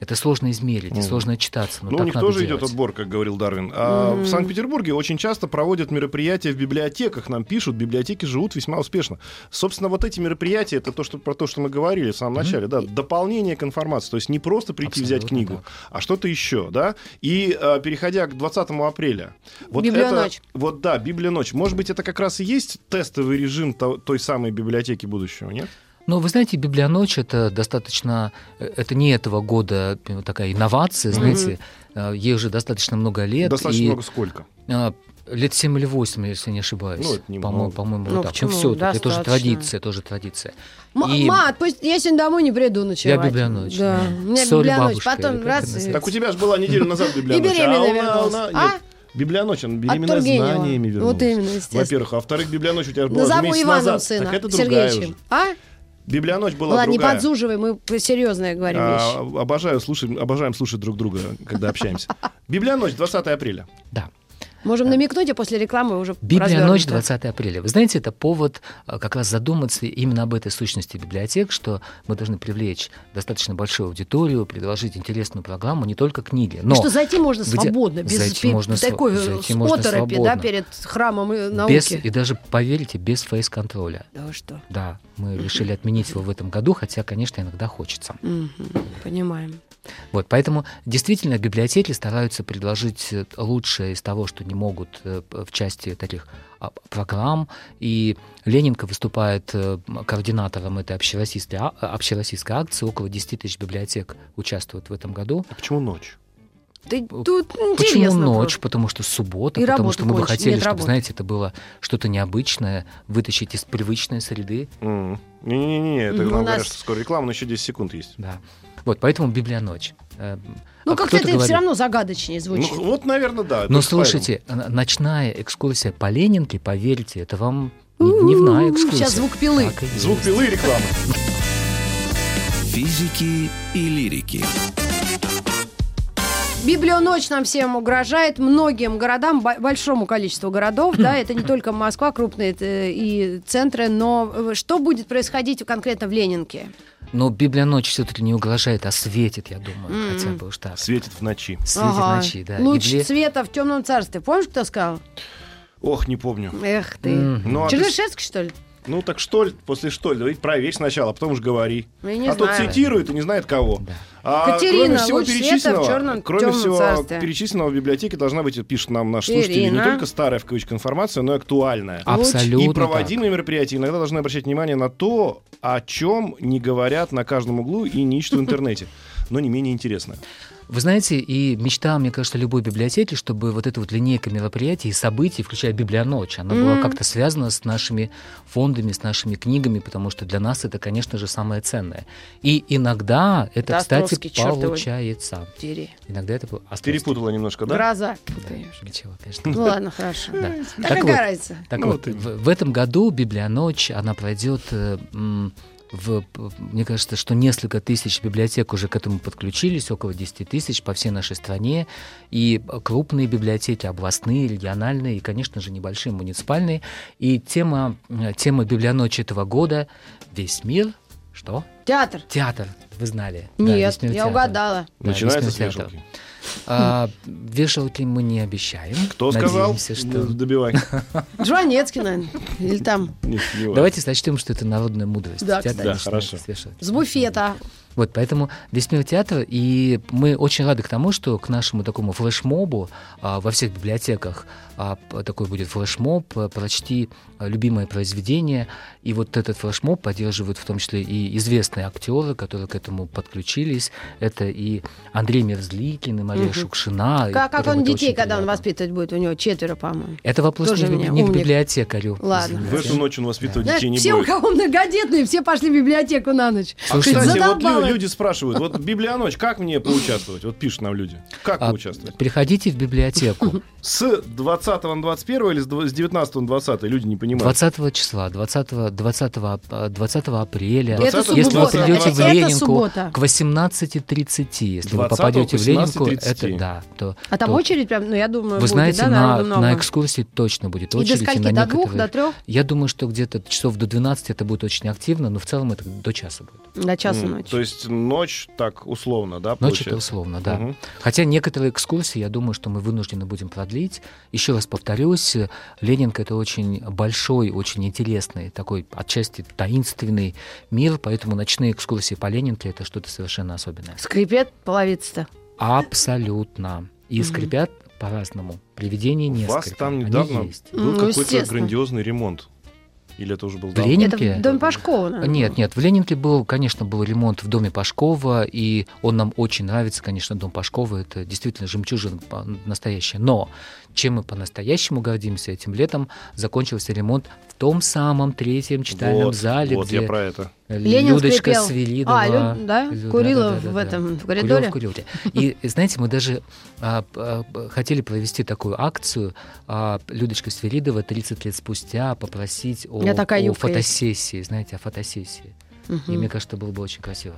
Speaker 3: Это сложно измерить, и
Speaker 2: Мгм.
Speaker 3: сложно отчитаться, но
Speaker 2: Ну, у
Speaker 3: так
Speaker 2: них
Speaker 3: надо
Speaker 2: тоже
Speaker 3: делать.
Speaker 2: идет отбор, как говорил Дарвин. А
Speaker 1: Мгм.
Speaker 2: В Санкт-Петербурге очень часто проводят мероприятия в библиотеках, нам пишут, библиотеки живут весьма успешно. Собственно, вот эти мероприятия, это то, что, про то, что мы говорили в самом
Speaker 3: Мгм.
Speaker 2: начале, да, дополнение к информации, то есть не просто прийти и взять
Speaker 3: Абсолютно
Speaker 2: книгу,
Speaker 3: так.
Speaker 2: а что-то еще, да. И э, переходя к 20 апреля. Вот
Speaker 1: Библионочь.
Speaker 2: это- вот да, Библионочь. Может быть, это как раз и есть тестовый режим то- той самой библиотеки будущего, нет?
Speaker 3: Но вы знаете, библионочь это достаточно, э, это не этого года э, такая инновация, знаете, э, ей уже достаточно много лет.
Speaker 2: Достаточно
Speaker 3: и,
Speaker 2: много сколько.
Speaker 3: а, Лет 7 или 8, если не ошибаюсь.
Speaker 2: Ну, это немного.
Speaker 3: по-моему, по-моему,
Speaker 1: Ну,
Speaker 3: так.
Speaker 1: почему?
Speaker 3: Ну, все, это тоже
Speaker 1: Достаточно.
Speaker 3: традиция, тоже традиция.
Speaker 1: М-
Speaker 3: И-
Speaker 1: Ма, пусть я сегодня домой не приду ночевать.
Speaker 3: библионочь,
Speaker 1: Да.
Speaker 3: да.
Speaker 1: У меня
Speaker 3: Сори,
Speaker 1: библионочь.
Speaker 3: бабушка,
Speaker 1: Потом
Speaker 3: или как
Speaker 1: раз э,
Speaker 3: она
Speaker 1: и...
Speaker 3: называется.
Speaker 2: Так у тебя же была неделю назад
Speaker 1: и
Speaker 2: библионочь.
Speaker 1: беременная
Speaker 2: а у нас-
Speaker 1: вернулась.
Speaker 2: у нас-
Speaker 1: А?
Speaker 2: нет. Библионочь, она
Speaker 1: От
Speaker 2: беременна
Speaker 1: Тургенева.
Speaker 2: знаниями вернулась.
Speaker 1: Вот именно, естественно.
Speaker 2: Во-первых, а во-вторых, библионочь у тебя была же
Speaker 1: Назову
Speaker 2: месяц
Speaker 1: Иваном
Speaker 2: назад.
Speaker 1: сына
Speaker 2: Так это другая
Speaker 1: Сергеевичем.
Speaker 2: уже.
Speaker 1: А?
Speaker 2: Библионочь была
Speaker 1: Ладно, не
Speaker 2: другая.
Speaker 1: подзуживай, мы серьезное говорим
Speaker 2: А,
Speaker 1: вещи.
Speaker 2: обожаю слушать, обожаем слушать друг друга, когда общаемся. Библионочь 20 апреля.
Speaker 3: Да.
Speaker 2: э,
Speaker 1: Можем намекнуть, а после рекламы уже
Speaker 3: Библия ночь
Speaker 1: развернуто.
Speaker 3: 20 апреля. Вы знаете, это повод а, как раз задуматься именно об этой сущности библиотек, что мы должны привлечь достаточно большую аудиторию, предложить интересную программу, не только книги. Но
Speaker 1: Ну что зайти можно
Speaker 3: где-
Speaker 1: свободно, без
Speaker 3: зайти
Speaker 1: пи-
Speaker 3: можно св-
Speaker 1: такой э,
Speaker 3: зайти можно
Speaker 1: оторопи, да,
Speaker 3: свободно.
Speaker 1: перед храмом и науки.
Speaker 3: без, и даже, поверьте, без фейс-контроля.
Speaker 1: Да вы что?
Speaker 3: Да, мы решили отменить его в этом году, хотя, конечно, иногда хочется.
Speaker 1: Мгм, Понимаем.
Speaker 3: Вот, поэтому действительно библиотеки стараются предложить э, лучшее из того, что не могут э, п- в части таких а, п- программ. И Ленинка выступает э, м, координатором этой общероссийской, а- общероссийской акции. Около 10 тысяч библиотек участвуют в этом году.
Speaker 2: А почему ночь?
Speaker 1: Ты тут
Speaker 3: Э, Почему
Speaker 1: интересно
Speaker 3: ночь?
Speaker 1: просто.
Speaker 3: Потому что суббота,
Speaker 1: И
Speaker 3: потому
Speaker 1: работы
Speaker 3: что мы бы
Speaker 1: больше,
Speaker 3: хотели,
Speaker 1: нет
Speaker 3: чтобы,
Speaker 1: работы.
Speaker 3: знаете, это было что-то необычное, вытащить из привычной среды.
Speaker 2: М. Не-не-не, это
Speaker 1: Ну,
Speaker 2: нам
Speaker 1: у
Speaker 2: говорят,
Speaker 1: нас-
Speaker 2: что скоро реклама, но еще 10 секунд есть.
Speaker 3: Да. Вот, поэтому библионочь. Э,
Speaker 1: Ну,
Speaker 3: а
Speaker 1: как-то это
Speaker 3: кто-то говорит-
Speaker 1: все равно загадочнее звучит.
Speaker 2: Ну, вот, наверное, да. это
Speaker 3: Но
Speaker 2: экспайринг.
Speaker 3: слушайте, н- ночная экскурсия по Ленинке, поверьте, это вам Ну, не дневная
Speaker 1: У-у-у,
Speaker 3: экскурсия.
Speaker 1: сейчас звук пилы.
Speaker 3: Так и есть.
Speaker 2: Звук пилы и реклама.
Speaker 4: Физики и лирики.
Speaker 1: Библионочь нам всем угрожает, многим городам, бо- большому количеству городов, да, это не только Москва, крупные э, и центры, но э, что будет происходить конкретно в Ленинке?
Speaker 3: Но Библия ночь все-таки не угрожает, а светит, я думаю,
Speaker 1: М-м.
Speaker 3: хотя бы уж так.
Speaker 2: Светит в ночи.
Speaker 3: Светит
Speaker 1: Ага.
Speaker 3: ночи, да.
Speaker 1: Луч
Speaker 3: И две-
Speaker 1: света в темном царстве. Помнишь, кто сказал?
Speaker 2: Ох, не помню.
Speaker 1: Эх ты.
Speaker 3: М.
Speaker 2: Ну, а ты-
Speaker 1: Чернышевский, что ли?
Speaker 2: ну так что ли, после что ли, давай проверь сначала, а потом уж говори.
Speaker 1: Ну, я не
Speaker 2: а
Speaker 1: знаю.
Speaker 2: тот цитирует и не знает кого.
Speaker 3: Да.
Speaker 2: А
Speaker 1: Катерина,
Speaker 2: кроме всего
Speaker 1: луч света в
Speaker 2: перечисленного,
Speaker 1: чёрном-
Speaker 2: кроме
Speaker 1: тёмном
Speaker 2: всего
Speaker 1: царстве.
Speaker 2: перечисленного в библиотеке должна быть, пишет нам наш слушатель,
Speaker 1: Ирина.
Speaker 2: не только старая в кавычках информация, но и актуальная.
Speaker 1: А
Speaker 3: Абсолютно
Speaker 2: и проводимые мероприятия иногда должны обращать внимание на то, о чем не говорят на каждом углу и не ищут в интернете, но не менее интересно.
Speaker 3: так. Вы знаете, и мечта, мне кажется, любой библиотеки, чтобы вот эта вот линейка мероприятий и событий, включая Библионочь, она была
Speaker 1: М.
Speaker 3: как-то связана с нашими фондами, с нашими книгами, потому что для нас это, конечно же, самое ценное. И иногда это,
Speaker 1: Катастрофа
Speaker 3: кстати, знаете,
Speaker 1: Московский, чёрт его
Speaker 3: получается.
Speaker 1: дери.
Speaker 3: Иногда это остается.
Speaker 2: Перепутала немножко, да?
Speaker 1: Гроза
Speaker 3: Да,
Speaker 1: путаешь.
Speaker 3: ничего, конечно.
Speaker 1: Ну ладно, хорошо.
Speaker 3: Да.
Speaker 1: А
Speaker 3: Так
Speaker 1: какая
Speaker 3: вот,
Speaker 1: разница?
Speaker 3: Так
Speaker 2: Ну, вот
Speaker 3: вот,
Speaker 2: именно.
Speaker 3: в, в этом году Библионочь, она пройдет э, м, в, п- мне кажется, что несколько тысяч библиотек уже к этому подключились, около 10 тысяч по всей нашей стране, и э, крупные библиотеки, областные, региональные, и, конечно же, небольшие муниципальные. И тема, э, тема Библионочи этого года «Весь мир». Что?
Speaker 1: Театр?
Speaker 3: Театр. Вы знали? Да,
Speaker 1: Нет,
Speaker 3: «Весь мир
Speaker 1: я
Speaker 3: театра».
Speaker 1: угадала.
Speaker 3: Да,
Speaker 2: Начинается
Speaker 3: «Весь
Speaker 2: с
Speaker 3: мир театра».
Speaker 2: вешалки.
Speaker 3: А, вешалки мы не обещаем.
Speaker 2: Кто сказал? Ну,
Speaker 3: Надеемся, что...
Speaker 2: Д- Добивай.
Speaker 1: Жванецкий, наверное. Или там
Speaker 2: Не сомневаюсь.
Speaker 3: Давайте сочтем, что это народная мудрость.
Speaker 1: Да,
Speaker 3: Театр
Speaker 2: кстати. Да,
Speaker 3: начинает
Speaker 2: хорошо.
Speaker 3: с вешалки.
Speaker 1: с буфета.
Speaker 3: Вот, поэтому весь мир театр, и мы очень рады к тому, что к нашему такому флешмобу а, во всех библиотеках а, п- такой будет флешмоб, а, прочти а, любимое произведение, и вот этот флешмоб поддерживают в том числе и известные актеры, которые к этому подключились. Это и Андрей Мерзликин, и Мария
Speaker 1: Мгм.
Speaker 3: Шукшина. и
Speaker 1: Как, как
Speaker 3: которым
Speaker 1: он
Speaker 3: это
Speaker 1: детей,
Speaker 3: очень
Speaker 1: когда он
Speaker 3: приятно.
Speaker 1: воспитывать будет? У него четверо, по-моему.
Speaker 3: Это вопрос
Speaker 1: Тоже
Speaker 3: не, к-
Speaker 1: меня
Speaker 3: не к
Speaker 1: умник.
Speaker 3: библиотекарю.
Speaker 1: Ладно.
Speaker 2: В эту ночь он воспитывать
Speaker 1: Знаешь,
Speaker 2: детей не
Speaker 1: все, у
Speaker 2: будет.
Speaker 1: кого многодетные, все пошли в библиотеку на ночь.
Speaker 2: А,
Speaker 3: Слушай, ну,
Speaker 2: кстати, вот
Speaker 1: задолбало.
Speaker 2: лю- люди спрашивают, вот библионочь, как мне поучаствовать? Вот пишут нам люди. Как
Speaker 3: А,
Speaker 2: поучаствовать?
Speaker 3: Приходите в библиотеку.
Speaker 2: С 20 на 21 или с дв- с 19 на 20? Люди не понимают.
Speaker 3: 20 числа, 20, 20, а, 20 апреля.
Speaker 2: Это
Speaker 1: Это
Speaker 2: 20-го,
Speaker 3: если вы
Speaker 1: суббота.
Speaker 3: придете в
Speaker 1: Это
Speaker 3: Ленинку
Speaker 1: суббота.
Speaker 3: к 18.30, если вы
Speaker 2: 20-го
Speaker 3: попадете в Ленинку,
Speaker 2: 18:30.
Speaker 3: это да, то
Speaker 1: А там
Speaker 3: то
Speaker 1: очередь прям, ну я думаю,
Speaker 3: вы
Speaker 1: будет,
Speaker 3: знаете,
Speaker 1: да,
Speaker 3: на,
Speaker 1: народу много.
Speaker 3: на экскурсии точно будет
Speaker 1: И до
Speaker 3: очередь. и
Speaker 1: скольки?
Speaker 3: на
Speaker 1: До двух,
Speaker 3: некоторые-
Speaker 1: до трех?
Speaker 3: Я думаю, что где-то часов до 12 это будет очень активно, но в целом это до часа будет.
Speaker 1: До часа
Speaker 2: М,
Speaker 1: ночи.
Speaker 2: То есть ночь так условно, да,
Speaker 3: Ночь это
Speaker 2: получается?
Speaker 3: условно, да.
Speaker 2: Мгм.
Speaker 3: Хотя некоторые экскурсии, я думаю, что мы вынуждены будем продлить. Еще раз повторюсь, э, Ленинка это очень большой, очень интересный, такой отчасти таинственный мир, поэтому ночные экскурсии по Ленинке это что-то совершенно особенное.
Speaker 1: Скрипет половица-то.
Speaker 3: Абсолютно. И
Speaker 1: Мгм.
Speaker 3: скрипят по-разному. Привидения не
Speaker 2: У вас
Speaker 3: скрипят.
Speaker 2: там
Speaker 3: Они
Speaker 2: недавно
Speaker 3: есть.
Speaker 1: Ну,
Speaker 2: был какой-то
Speaker 1: естественно.
Speaker 2: грандиозный ремонт. Или это уже был
Speaker 3: В
Speaker 2: давно?
Speaker 3: Ленинке?
Speaker 1: Это в доме Пашкова, наверное.
Speaker 3: Нет, нет, в Ленинке был, конечно, был ремонт в доме Пашкова, и он нам очень нравится, конечно, дом Пашкова, это действительно жемчужина по- настоящая. Но чем мы по-настоящему гордимся этим летом, закончился ремонт в том самом третьем читальном
Speaker 2: Вот,
Speaker 3: зале,
Speaker 2: Вот, я
Speaker 3: где
Speaker 2: про это.
Speaker 1: Ленин
Speaker 3: Людочка
Speaker 1: скрипел.
Speaker 3: Свиридова.
Speaker 1: А, Лю- да?
Speaker 3: Лю-
Speaker 1: Курила
Speaker 3: да-да-да-да-да.
Speaker 1: в этом в
Speaker 3: Курила
Speaker 1: коридоре.
Speaker 3: в коридоре. И знаете, мы даже а, п- а, п- хотели провести такую акцию а, Людочка Свиридова 30 лет спустя попросить о,
Speaker 1: У меня такая
Speaker 3: о
Speaker 1: юбка есть.
Speaker 3: фотосессии, знаете, о фотосессии. И
Speaker 1: Мгм.
Speaker 3: мне кажется, было бы очень красиво.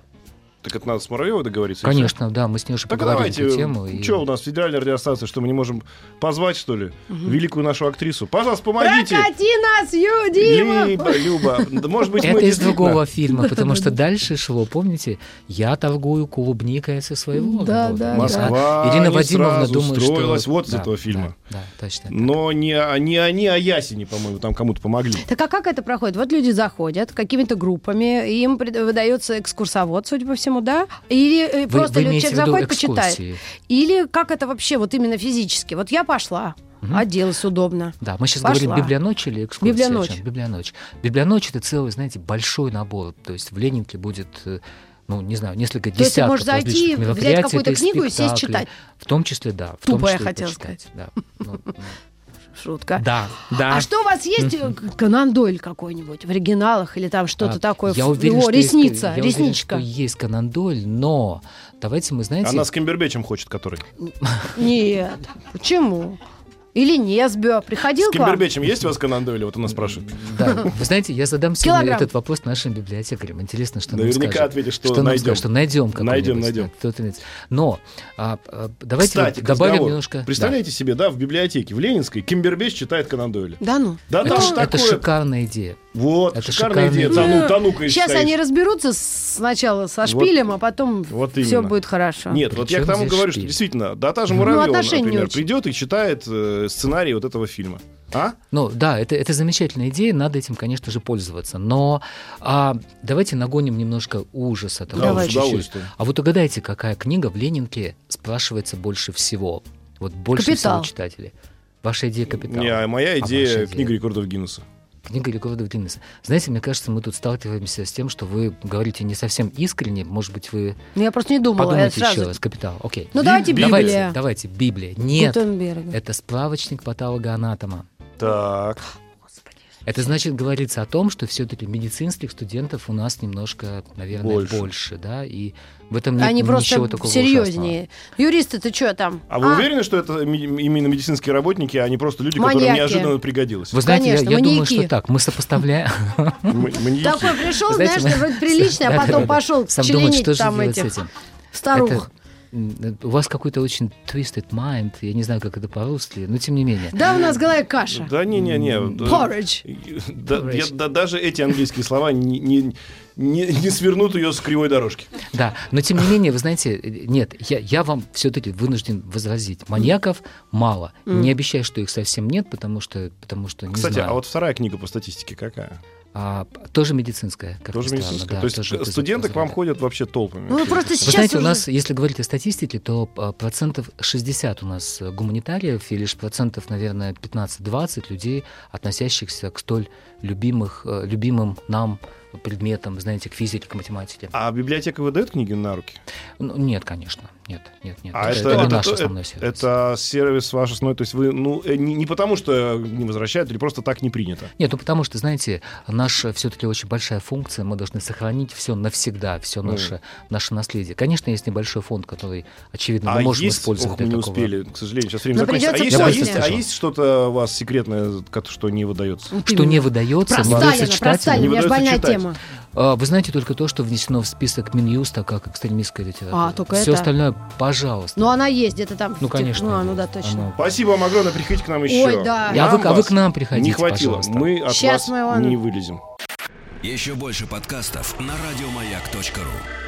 Speaker 2: Так это надо с Муравьевой договориться? и всё?
Speaker 3: Конечно, да, мы с ней уже
Speaker 2: Так а
Speaker 3: поговорили на эту
Speaker 2: давайте, ну,
Speaker 3: тему. и-
Speaker 2: что у нас федеральная радиостанция, что мы не можем позвать, что ли,
Speaker 1: Мгм.
Speaker 2: великую нашу актрису? Пожалуйста, помогите!
Speaker 1: Прокати нас, Юдима!
Speaker 2: Люба, Люба, да, может быть, мы
Speaker 3: Это из
Speaker 2: действительно-
Speaker 3: другого фильма, потому что дальше шло, помните, я торгую клубникой со своего.
Speaker 1: Да,
Speaker 3: рода».
Speaker 1: да, да.
Speaker 2: Москва
Speaker 3: Ирина
Speaker 2: не
Speaker 3: Вадимовна
Speaker 2: сразу
Speaker 3: думает, что...
Speaker 2: строилась вот с
Speaker 3: Да,
Speaker 2: этого фильма. Ну,
Speaker 3: Да, да, точно.
Speaker 2: Но не, о- не они, а Ясени, по-моему, там кому-то помогли.
Speaker 1: Так а как это проходит? Вот люди заходят какими-то группами, и им пред- выдается экскурсовод, судя по всему, да? Или э,
Speaker 3: Вы,
Speaker 1: просто
Speaker 3: вы
Speaker 1: лю-
Speaker 3: имеете в
Speaker 1: человек
Speaker 3: виду
Speaker 1: заходит, почитает.
Speaker 3: экскурсии?
Speaker 1: Или как это вообще вот именно физически? Вот я пошла,
Speaker 3: Мгм.
Speaker 1: оделась удобно.
Speaker 3: Да, мы сейчас
Speaker 1: Пошла.
Speaker 3: говорим библионочь или экскурсия.
Speaker 1: Библионочь.
Speaker 3: Чем? Библионочь. Библионочь это целый, знаете, большой набор. То есть в Ленинке будет, э, ну, не знаю, несколько
Speaker 1: То есть ты
Speaker 3: десятков
Speaker 1: можешь зайти,
Speaker 3: различных мероприятий,
Speaker 1: взять какую-то
Speaker 3: это
Speaker 1: книгу и сесть
Speaker 3: спектакли.
Speaker 1: читать.
Speaker 3: В том числе, да. В том
Speaker 1: Тупо я
Speaker 3: числе и
Speaker 1: хотела
Speaker 3: почитать, Да, Ну, ну,
Speaker 1: Шутка.
Speaker 3: да. да.
Speaker 1: А что у вас есть э, Конан Дойль какой-нибудь в оригиналах или там что-то
Speaker 3: А,
Speaker 1: такое?
Speaker 3: я
Speaker 1: Ф-
Speaker 3: уверен,
Speaker 1: О,
Speaker 3: что есть-
Speaker 1: ресница,
Speaker 3: я уверен,
Speaker 1: ресничка.
Speaker 3: что есть Конан Дойль, но давайте мы, знаете,
Speaker 2: Она с Камбербечем хочет, который.
Speaker 1: Нет. Почему? Или Несбё приходил
Speaker 2: С
Speaker 1: к вам?
Speaker 2: Камбербечем есть у вас Конан Дойль? Вот она спрашивает.
Speaker 3: Да, вы знаете, я задам сегодня
Speaker 1: Килограмм.
Speaker 3: этот вопрос нашим библиотекарям. Интересно, что нам
Speaker 2: Наверняка
Speaker 3: скажут.
Speaker 2: ответишь, что
Speaker 3: Что нам
Speaker 2: найдем.
Speaker 3: скажут, что найдем
Speaker 2: Найдем,
Speaker 3: какой-нибудь,
Speaker 2: найдем.
Speaker 3: да, кто-то найдет. Но а, а, давайте
Speaker 2: Кстати,
Speaker 3: вот
Speaker 2: к
Speaker 3: добавим
Speaker 2: разговору.
Speaker 3: немножко... да.
Speaker 2: Представляете себе, да, в библиотеке, в Ленинской, Камбербеч читает Конан Дойля.
Speaker 1: Да ну.
Speaker 2: Да
Speaker 3: Это,
Speaker 2: там
Speaker 3: ш-
Speaker 2: же
Speaker 3: это
Speaker 2: такое.
Speaker 3: шикарная идея.
Speaker 2: Вот,
Speaker 3: это
Speaker 2: шикарная
Speaker 3: шикарная
Speaker 2: идея.
Speaker 3: идея. Ну,
Speaker 2: Тану, танука
Speaker 1: Сейчас они разберутся с- сначала со шпилем, а потом
Speaker 2: вот
Speaker 1: все
Speaker 2: именно.
Speaker 1: будет хорошо.
Speaker 2: Нет, вот я
Speaker 3: Причём
Speaker 2: к тому
Speaker 3: здесь
Speaker 2: говорю,
Speaker 3: шпиль?
Speaker 2: что действительно, да та же
Speaker 3: Ну,
Speaker 2: Муравьева,
Speaker 1: отношения не
Speaker 2: например,
Speaker 1: очень.
Speaker 2: придет и читает э, сценарий вот этого фильма. А?
Speaker 3: Ну да, это, это замечательная идея, надо этим, конечно же, пользоваться. Но а, давайте нагоним немножко ужаса. такого
Speaker 1: Давай.
Speaker 2: с
Speaker 3: чуть-чуть.
Speaker 2: удовольствием.
Speaker 3: А вот угадайте, какая книга в Ленинке спрашивается больше всего? Вот больше
Speaker 1: «Капитал».
Speaker 3: всего читателей. Ваша идея «Капитал».
Speaker 2: Не, а моя
Speaker 3: А ваша
Speaker 2: идея
Speaker 3: идея?
Speaker 2: книга рекордов Гиннесса.
Speaker 3: Книга рекордов Гиннесса. Знаете, мне кажется, мы тут сталкиваемся с тем, что вы говорите не совсем искренне. Может быть, вы
Speaker 1: Ну, я просто не думала. Я
Speaker 3: подумаете еще
Speaker 1: сразу...
Speaker 3: раз. Капитал. Окей.
Speaker 1: Ну, давайте
Speaker 2: Библия.
Speaker 3: Давайте,
Speaker 1: Библия.
Speaker 3: давайте, Библия. Нет,
Speaker 1: Гутенберга.
Speaker 3: это справочник патологоанатома.
Speaker 2: Так.
Speaker 3: Это значит, говорится о том, что все-таки медицинских студентов у нас немножко, наверное,
Speaker 2: Больше.
Speaker 3: больше, да, и в этом нет
Speaker 1: Они
Speaker 3: ничего
Speaker 1: просто
Speaker 3: такого ужасного.
Speaker 1: серьезнее. Юристы, ты что там?
Speaker 2: А вы уверены, что это ми- именно медицинские работники, а не просто люди, которым
Speaker 1: Маньяки.
Speaker 2: неожиданно пригодилось?
Speaker 3: Вы знаете, я-
Speaker 1: Конечно,
Speaker 3: я, думаю,
Speaker 1: маньяки.
Speaker 3: что так, мы сопоставляем,
Speaker 2: М- маньяки.
Speaker 1: А, Такой пришел,
Speaker 3: Знаете,
Speaker 1: знаешь, ты вроде приличный, а
Speaker 3: да-да-да-да.
Speaker 1: потом пошел
Speaker 3: сам думать, что
Speaker 1: членить
Speaker 3: же
Speaker 1: там
Speaker 3: делать с
Speaker 1: этих
Speaker 3: этим.
Speaker 1: старух.
Speaker 3: Это, м, у вас какой-то очень twisted mind, я не знаю, как это по-русски, но тем не менее.
Speaker 1: Да, у нас в голове каша.
Speaker 2: Да, не, не, не. да-
Speaker 1: Porridge.
Speaker 2: да- я- да- даже эти английские слова не, не- не- не свернут ее с кривой дорожки.
Speaker 3: Да, но тем не менее, вы знаете, э, нет, я, я вам все-таки вынужден возразить. Маньяков мало.
Speaker 1: Мгм.
Speaker 3: Не обещаю, что их совсем нет, потому что, потому что не
Speaker 2: Кстати,
Speaker 3: знаю.
Speaker 2: а вот вторая книга по статистике какая?
Speaker 3: А, п- тоже медицинская, как
Speaker 2: Тоже
Speaker 3: ни странно,
Speaker 2: медицинская.
Speaker 3: да,
Speaker 2: То есть
Speaker 3: тоже из-
Speaker 2: студенты
Speaker 3: из
Speaker 2: к вам
Speaker 3: рода.
Speaker 2: ходят вообще толпами.
Speaker 1: Ну, вы
Speaker 2: Все
Speaker 1: просто
Speaker 2: эти-
Speaker 3: Вы
Speaker 1: сейчас
Speaker 3: знаете, у
Speaker 1: уже-
Speaker 3: нас, если говорить о статистике, то а, процентов 60 у нас э, гуманитариев и лишь процентов, наверное, 15-20 людей, относящихся к столь любимых, э, любимым нам предметам, знаете, к физике, к математике.
Speaker 2: А библиотека выдает книги на руки?
Speaker 3: Ну, нет, конечно, нет, нет, нет.
Speaker 2: А
Speaker 3: это,
Speaker 2: это-
Speaker 3: это не
Speaker 2: это-
Speaker 3: наш
Speaker 2: это-
Speaker 3: основной сервис.
Speaker 2: Это сервис ваш основной, то есть вы, ну, э, не, не потому что не возвращают, или просто так не принято.
Speaker 3: Нет, ну потому что, знаете, наша все-таки очень большая функция, мы должны сохранить все навсегда, все
Speaker 2: Ну.
Speaker 3: наше, наше наследие. Конечно, есть небольшой фонд, который, очевидно, Ну, мы можем
Speaker 2: А есть-
Speaker 3: использовать
Speaker 2: ох,
Speaker 3: для
Speaker 2: мы не
Speaker 3: такого.
Speaker 2: успели, к сожалению, сейчас время
Speaker 1: Но
Speaker 2: закончится. А
Speaker 1: придётся
Speaker 2: есть, а
Speaker 3: поздно.
Speaker 2: есть- а есть что-то у вас секретное, ко- что не выдается?
Speaker 3: Что не выдается,
Speaker 1: Про
Speaker 3: не выдается
Speaker 1: Сталина, про
Speaker 3: читателю.
Speaker 1: Сталина, у меня же
Speaker 2: выдается
Speaker 1: больная
Speaker 2: читать.
Speaker 1: тема.
Speaker 3: А, Вы знаете только то, что внесено в список Минюста как экстремистская литература.
Speaker 1: А, только
Speaker 3: Все
Speaker 1: это?
Speaker 3: остальное, пожалуйста.
Speaker 1: Ну, она есть где-то там. в
Speaker 3: Ну,
Speaker 1: тех-
Speaker 3: конечно.
Speaker 1: Ну, а,
Speaker 3: есть.
Speaker 1: ну да, точно.
Speaker 3: Оно-
Speaker 2: Спасибо вам огромное, приходите к нам еще.
Speaker 1: Ой, да.
Speaker 3: А
Speaker 1: Нам
Speaker 3: вы, а вы
Speaker 2: вас
Speaker 3: к нам приходите,
Speaker 2: Не хватило,
Speaker 3: пожалуйста.
Speaker 2: мы от
Speaker 1: Щас
Speaker 2: вас
Speaker 1: мы, ладно.
Speaker 2: не вылезем.
Speaker 4: Еще больше подкастов на радиомаяк.ру.